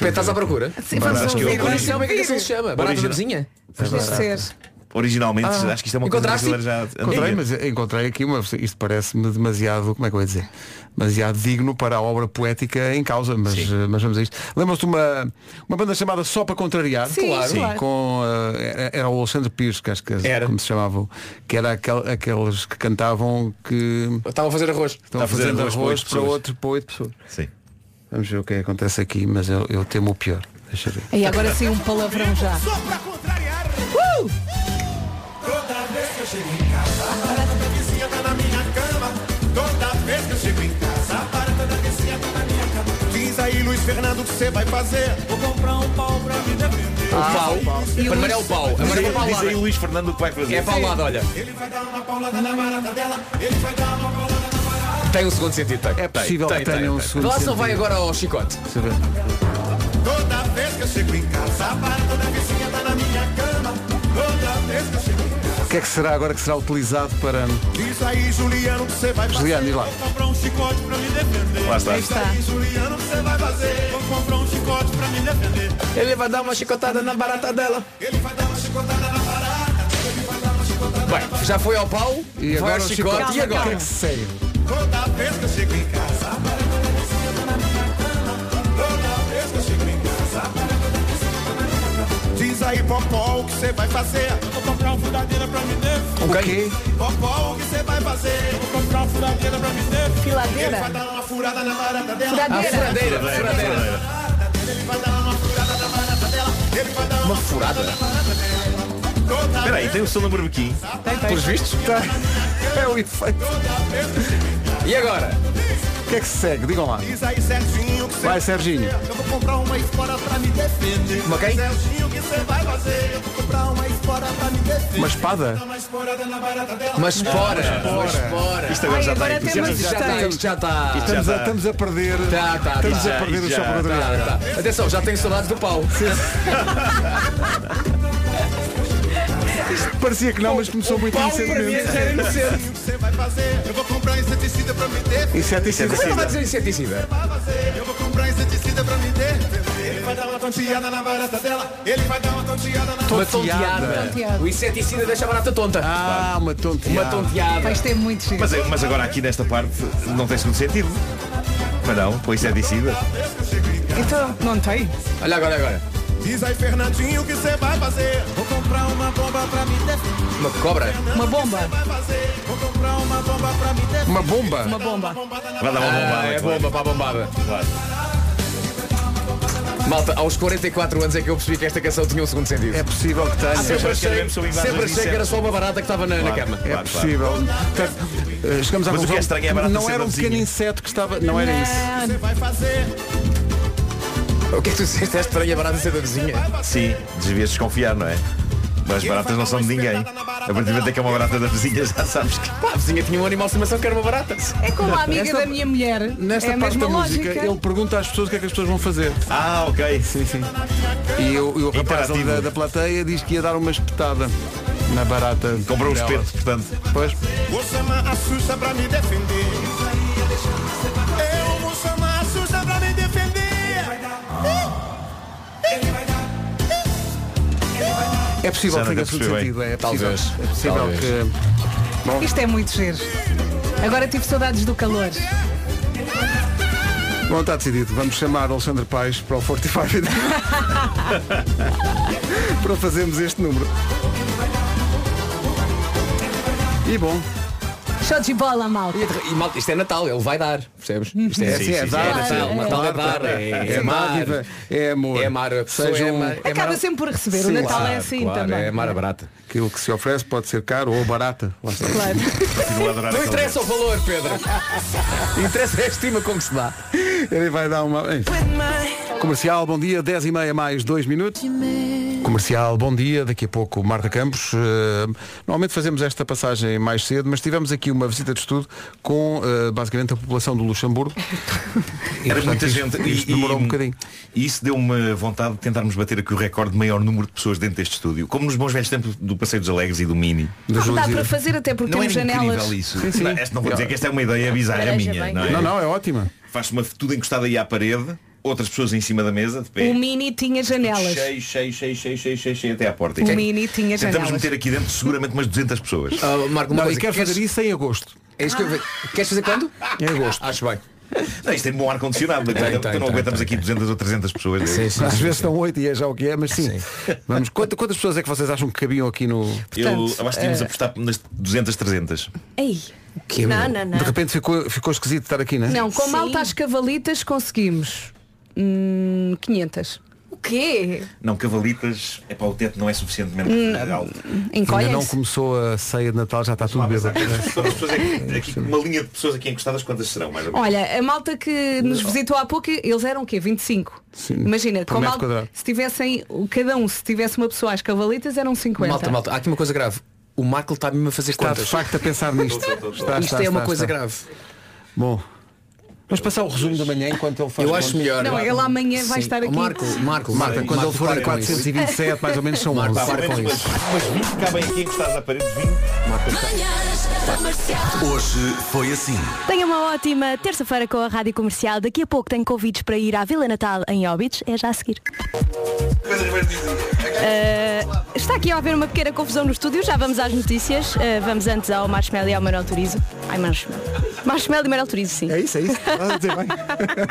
Speaker 6: Pé, estás à procura?
Speaker 12: Sim, vamos Acho que ouvir, eu- vamos
Speaker 6: Como é que a canção se chama? Barata da
Speaker 12: Original.
Speaker 6: vizinha?
Speaker 12: Pois deve ser. Originalmente,
Speaker 6: Ah.
Speaker 12: acho que isto é uma coisa
Speaker 6: Encontraste?
Speaker 12: brasileira já antiga.
Speaker 1: Encontrei, mas encontrei aqui uma. Isto parece-me demasiado, como é que eu ia dizer? Demasiado digno para a obra poética em causa, mas, eh, mas vamos a isto. Lembram-se de uma, uma banda chamada Só para Contrariar?
Speaker 6: Sim, Claro.
Speaker 1: Sim.
Speaker 6: claro.
Speaker 1: Com, eh, era- era o Alexandre Pires, que acho que era. como se chamavam, que era aquel, aqueles que cantavam que.
Speaker 6: Estavam a fazer arroz.
Speaker 1: Estavam
Speaker 12: Estavam a fazer
Speaker 1: fazendo
Speaker 12: arroz
Speaker 1: arroz,
Speaker 12: para oito
Speaker 1: para
Speaker 12: pessoas.
Speaker 1: outro, para oito pessoas.
Speaker 12: Sim.
Speaker 1: Vamos ver o que é que acontece aqui, mas eu, eu temo o pior. Deixa eu ver.
Speaker 3: E agora sim um palavrão já. Uh!
Speaker 5: Toda vez que eu chego em casa, a barata da vizinha tá na minha cama. Toda vez que eu chego em casa, a barata da vizinha tá na minha cama. Diz aí, Luiz Fernando, o que você vai fazer? Vou comprar um pau pra me defender.
Speaker 6: O pau. Primeiro é o pau. Agora é
Speaker 12: Diz
Speaker 6: uma
Speaker 12: aí- Diz aí
Speaker 6: paulada.
Speaker 12: Luís Fernando o que vai fazer.
Speaker 6: É paulada, olha.
Speaker 5: Ele vai dar uma paulada na barata dela. Ele vai dar uma paulada.
Speaker 6: Tem um segundo sentido, tem. É
Speaker 1: possível que tenha um segundo
Speaker 6: Lá só
Speaker 1: sentido.
Speaker 6: vai agora ao chicote.
Speaker 1: Deixa eu ver.
Speaker 5: Toda vez que eu chego em casa, a barata da vizinha tá na minha cama. Toda vez que eu chego em casa.
Speaker 1: O que é que será agora que será utilizado para.
Speaker 5: Diz aí, Juliano, o que você vai fazer?
Speaker 1: Juliano, diz lá.
Speaker 5: Vou comprar um chicote pra me defender.
Speaker 1: Lá está.
Speaker 5: Diz aí, Juliano, o que você vai fazer? Vou comprar um chicote pra me defender.
Speaker 6: Ele vai dar uma chicotada na barata dela.
Speaker 5: Ele vai dar uma chicotada na barata.
Speaker 6: Bem, já foi ao pau,
Speaker 5: E
Speaker 6: vai
Speaker 5: agora
Speaker 6: ao
Speaker 5: o
Speaker 6: chicote,
Speaker 5: chicote.
Speaker 6: e agora?
Speaker 5: O que é que Toda vez que eu chego em casa, a barata da vizinha tá na minha cama. Toda vez que eu chego em casa, a barata da vizinha tá na minha cama. Diz aí, Popó, o que você vai fazer? Vou comprar uma furadeira pra me defender.
Speaker 1: O quê?
Speaker 5: Popó, o que você vai fazer? Vou comprar um, uma furadeira pra me defender.
Speaker 7: Filadeira?
Speaker 5: Ele vai dar uma furada na barata dela.
Speaker 7: Furadeira. Ah, furadeira,
Speaker 12: furadeira.
Speaker 5: Ele vai dar uma furada na barata dela. Ele vai dar uma
Speaker 12: Furada. Espera aí, tem o som do barbequim.
Speaker 6: Pelos vistos?
Speaker 1: É o efeito.
Speaker 6: E agora?
Speaker 1: O que é que se segue? Digam lá.
Speaker 5: Diz aí, Serginho, o que você
Speaker 1: Vai, Serginho. é
Speaker 5: Eu vou comprar uma espora pra me defender.
Speaker 1: Uma quem?
Speaker 5: Serginho, o que você vai fazer? Eu vou comprar uma espora pra me defender.
Speaker 1: Uma espada?
Speaker 5: Dá Uma esporada na barata dela.
Speaker 1: Uma espora, uma espora. Isto agora Ai, já está agora aí, até já- me já está- assustei.
Speaker 6: já está.
Speaker 1: Estamos a, estamos a perder.
Speaker 6: Tá, tá,
Speaker 1: estamos
Speaker 6: tá.
Speaker 1: a perder o
Speaker 6: Já,
Speaker 1: chão para
Speaker 6: tá,
Speaker 1: Adriano.
Speaker 6: tá. Atenção, já tenho saudades do pau.
Speaker 1: Parecia que não, mas começou muito
Speaker 5: Pau pra
Speaker 6: é
Speaker 5: mim é já era
Speaker 1: incendiamente.
Speaker 5: inocente. O que você vai fazer? Eu vou comprar inseticida pra me defender.
Speaker 1: Inseticida.
Speaker 6: Como é que vai dizer inseticida?
Speaker 5: Vai fazer? Eu vou comprar inseticida pra me defender. Ele vai dar uma tonteada na barata dela. Ele vai dar uma tonteada na
Speaker 6: Uma
Speaker 5: Tonteada.
Speaker 6: tonteada. O inseticida deixa a barata tonta.
Speaker 1: Ah, uma tonteada.
Speaker 6: Uma tonteada.
Speaker 3: Mas tem muito giro.
Speaker 12: Mas, eh, mas agora aqui nesta parte não tem segundo sentido. Mas não, é com inseticida.
Speaker 3: Então, não tem?
Speaker 6: Olha agora, agora.
Speaker 5: Diz aí, Fernandinho, o que você vai fazer? Vou comprar uma bomba pra me defender.
Speaker 6: Uma cobra?
Speaker 3: Uma bomba.
Speaker 5: Vou comprar uma bomba pra me defender.
Speaker 1: Uma bomba?
Speaker 3: Uma bomba.
Speaker 12: Vai dar uma bombada.
Speaker 6: Ah, é
Speaker 12: claro.
Speaker 6: bomba para a bombada.
Speaker 12: Claro.
Speaker 6: Malta, aos 44 anos é que eu percebi que esta canção tinha um segundo sentido. É
Speaker 1: possível que tenha.
Speaker 12: Sempre
Speaker 6: Sempre
Speaker 12: achei-
Speaker 6: achei,
Speaker 12: sempre achei
Speaker 6: que era só uma barata que estava na,
Speaker 12: na
Speaker 6: cama.
Speaker 12: cama.
Speaker 1: É possível. Portanto, eh, Chegamos à
Speaker 12: Mas o que é
Speaker 1: conclusão-
Speaker 12: estranho é a barata
Speaker 1: Não
Speaker 12: ser
Speaker 1: era um
Speaker 12: bonzinha.
Speaker 3: É
Speaker 1: pequeno inseto que estava. Não era isso.
Speaker 5: Você vai fazer.
Speaker 6: O que é que tu disseste? É estranha barata ser da vizinha.
Speaker 12: Sim, devias desconfiar, não é? Mas as baratas não são de ninguém. A partir do momento em que é uma barata da vizinha, já sabes que.
Speaker 6: Pá, a vizinha tinha um animal de estimação que era uma barata.
Speaker 3: É como a amiga
Speaker 1: Nesta-
Speaker 3: da minha mulher.
Speaker 1: Nesta
Speaker 3: é a
Speaker 1: parte da
Speaker 3: mesma
Speaker 1: música,
Speaker 3: lógica.
Speaker 1: ele pergunta às pessoas o que é que as pessoas vão fazer.
Speaker 12: Ah, ok.
Speaker 1: Sim, sim. E o, e o rapaz ali
Speaker 12: Interativo.
Speaker 1: da, da plateia diz que ia dar uma espetada na barata.
Speaker 12: Comprou um
Speaker 1: dela.
Speaker 12: espeto, portanto.
Speaker 1: Pois.
Speaker 5: Vou chamar a Xuxa pra me defender. Eu vou chamar a Xuxa pra me defender.
Speaker 1: É possível
Speaker 12: Já
Speaker 1: que
Speaker 12: nunca
Speaker 1: tenha tudo
Speaker 12: percebi bem.
Speaker 1: sentido. É possível,
Speaker 6: Talvez.
Speaker 1: É possível
Speaker 6: Talvez.
Speaker 1: que. Bom,
Speaker 3: Isto é muito giro. Agora tive saudades do calor.
Speaker 1: bom, está decidido. Vamos chamar Alexandre Paes para o Fortify [LAUGHS] para fazermos este número. E bom.
Speaker 3: Show de bola, malta.
Speaker 6: E, mal, isto é Natal, ele vai dar, percebes? Isto
Speaker 1: É,
Speaker 6: é,
Speaker 1: assim, é, dar,
Speaker 6: é Natal,
Speaker 1: é,
Speaker 6: Natal é
Speaker 1: dar,
Speaker 6: dar, é,
Speaker 1: é,
Speaker 6: é mar,
Speaker 1: dádiva, é amor.
Speaker 6: é amar, a pessoa
Speaker 1: Seja
Speaker 6: é
Speaker 1: um-
Speaker 6: amar. é
Speaker 3: Acaba
Speaker 6: amar-
Speaker 3: sempre por receber.
Speaker 1: Sim,
Speaker 3: o Natal
Speaker 1: claro,
Speaker 3: é assim
Speaker 6: claro,
Speaker 3: também.
Speaker 6: É amar a barata.
Speaker 1: Aquilo que se oferece pode ser caro ou barata. Lá está.
Speaker 3: Claro.
Speaker 12: Continuo a adorar
Speaker 6: Não
Speaker 12: aquela
Speaker 6: interessa o valor, [LAUGHS] Pedro. interessa é a
Speaker 1: tipo
Speaker 6: estima com que se dá.
Speaker 1: Ele vai dar uma. Enfim. Comercial, bom dia, 10 e meia mais 2 minutos. Comercial, bom dia, daqui a pouco Marta Campos. Eh, normalmente fazemos esta passagem mais cedo, mas tivemos aqui uma visita de estudo com eh, basicamente a população do Luxemburgo. E,
Speaker 12: Era
Speaker 1: portanto,
Speaker 12: muita
Speaker 1: isto-
Speaker 12: gente.
Speaker 1: Isto demorou um bocadinho.
Speaker 12: E isso deu-me vontade de tentarmos bater aqui o recorde de maior número de pessoas dentro deste estúdio. Como nos bons velhos tempos do Passeio dos Alegres e do Mini.
Speaker 1: Dos
Speaker 3: Não dá
Speaker 1: Luís-
Speaker 3: para fazer até porque
Speaker 12: Não é
Speaker 3: temos janelas.
Speaker 12: incrível isso.
Speaker 1: Sim, sim.
Speaker 12: Não, esta não vou dizer que esta é uma ideia bizarra
Speaker 3: Veja
Speaker 12: minha.
Speaker 3: bem.
Speaker 12: Não, é?
Speaker 1: Não, não, é ótima.
Speaker 12: Faz-se uma tudo encostado aí à parede, outras pessoas em cima da mesa, de pé.
Speaker 3: O Mini tinha janelas.
Speaker 12: Cheio, cheio, cheio, cheio, cheio, cheio, cheio, até à porta.
Speaker 3: O
Speaker 12: Quem-
Speaker 3: Mini tinha
Speaker 12: Tentamos
Speaker 3: janelas.
Speaker 12: meter aqui dentro seguramente umas 200 pessoas.
Speaker 6: Ah, Marco, uma
Speaker 1: Não, e
Speaker 6: coisa,
Speaker 1: quero
Speaker 6: queres,
Speaker 1: fazer É isso em agosto.
Speaker 6: é isso que eu ve- queres fazer quando?
Speaker 1: Em agosto.
Speaker 6: Acho bem.
Speaker 12: Não, isto tem bom ar-condicionado, não
Speaker 6: Tem,
Speaker 12: aguenta-
Speaker 6: tem,
Speaker 12: não
Speaker 6: tem,
Speaker 12: aguentamos
Speaker 6: tem,
Speaker 12: aqui 200 ou 300 pessoas.
Speaker 6: Sim, sim.
Speaker 1: Às vezes são oito e é já o que é, mas sim. Vamos, quanta- quantas pessoas é que vocês acham que cabiam aqui no.
Speaker 12: Eu
Speaker 3: Portanto,
Speaker 12: acho que tínhamos apostar nas 200, 300.
Speaker 4: Ei.
Speaker 1: é
Speaker 4: Não, não, não.
Speaker 1: De repente ficou, ficou esquisito estar aqui, não é?
Speaker 3: Não, com
Speaker 4: Sim.
Speaker 3: malta às cavalitas conseguimos hum, 500.
Speaker 4: O quê?
Speaker 12: Não, cavalitas, é para o teto não é suficientemente alto.
Speaker 1: Ainda não
Speaker 3: Encolhem-se.
Speaker 1: começou a ceia de Natal, já está tudo bêbado.
Speaker 12: São as pessoas aqui- aqui- uma linha de pessoas aqui encostadas, quantas serão? Mais ou menos?
Speaker 3: Olha, a malta que nos visitou há pouco, eles eram o quê? 25?
Speaker 1: Sim.
Speaker 3: Imagina,
Speaker 1: Por
Speaker 3: com
Speaker 1: metro
Speaker 3: malta,
Speaker 1: quadrado.
Speaker 3: se tivessem, cada um, se tivesse uma pessoa às cavalitas, eram 50.
Speaker 6: Malta, malta, há aqui uma coisa grave. O Marco está mesmo a fazer
Speaker 1: Está de
Speaker 6: contas.
Speaker 1: facto a pensar nisto.
Speaker 12: Estou, estou, estou.
Speaker 1: Está,
Speaker 6: Isto
Speaker 1: está,
Speaker 6: é uma
Speaker 1: está,
Speaker 6: coisa
Speaker 1: está.
Speaker 6: grave.
Speaker 1: Bom. Vamos passar o resumo da manhã enquanto ele faz.
Speaker 6: Eu acho
Speaker 1: contas.
Speaker 6: melhor.
Speaker 3: Não, ele amanhã vai estar aqui.
Speaker 6: Marco,
Speaker 1: Marta,
Speaker 6: Marco,
Speaker 1: é
Speaker 6: Marco,
Speaker 1: quando ele for a
Speaker 6: para com isso.
Speaker 1: 427, mais ou menos são 11.
Speaker 6: Marco,
Speaker 12: Pelo
Speaker 6: para com
Speaker 12: menos
Speaker 6: isso.
Speaker 12: umas, umas 20 cabem aqui encostadas à parede, 20.
Speaker 15: Manhãs da Comercial.
Speaker 13: Hoje foi assim.
Speaker 18: Tenha uma ótima terça-feira com a Rádio Comercial. Daqui a pouco tenho convites para ir à Vila Natal em Óbidos. É já a seguir. Ah, está aqui a haver uma pequena confusão no estúdio. Já vamos às notícias. Ah, vamos antes ao Marshmallow e ao Manuel Turizo. Ai, Marshmallow. Marshmallow e Manuel Turizo, sim.
Speaker 1: É isso, é isso. Estás a dizer bem.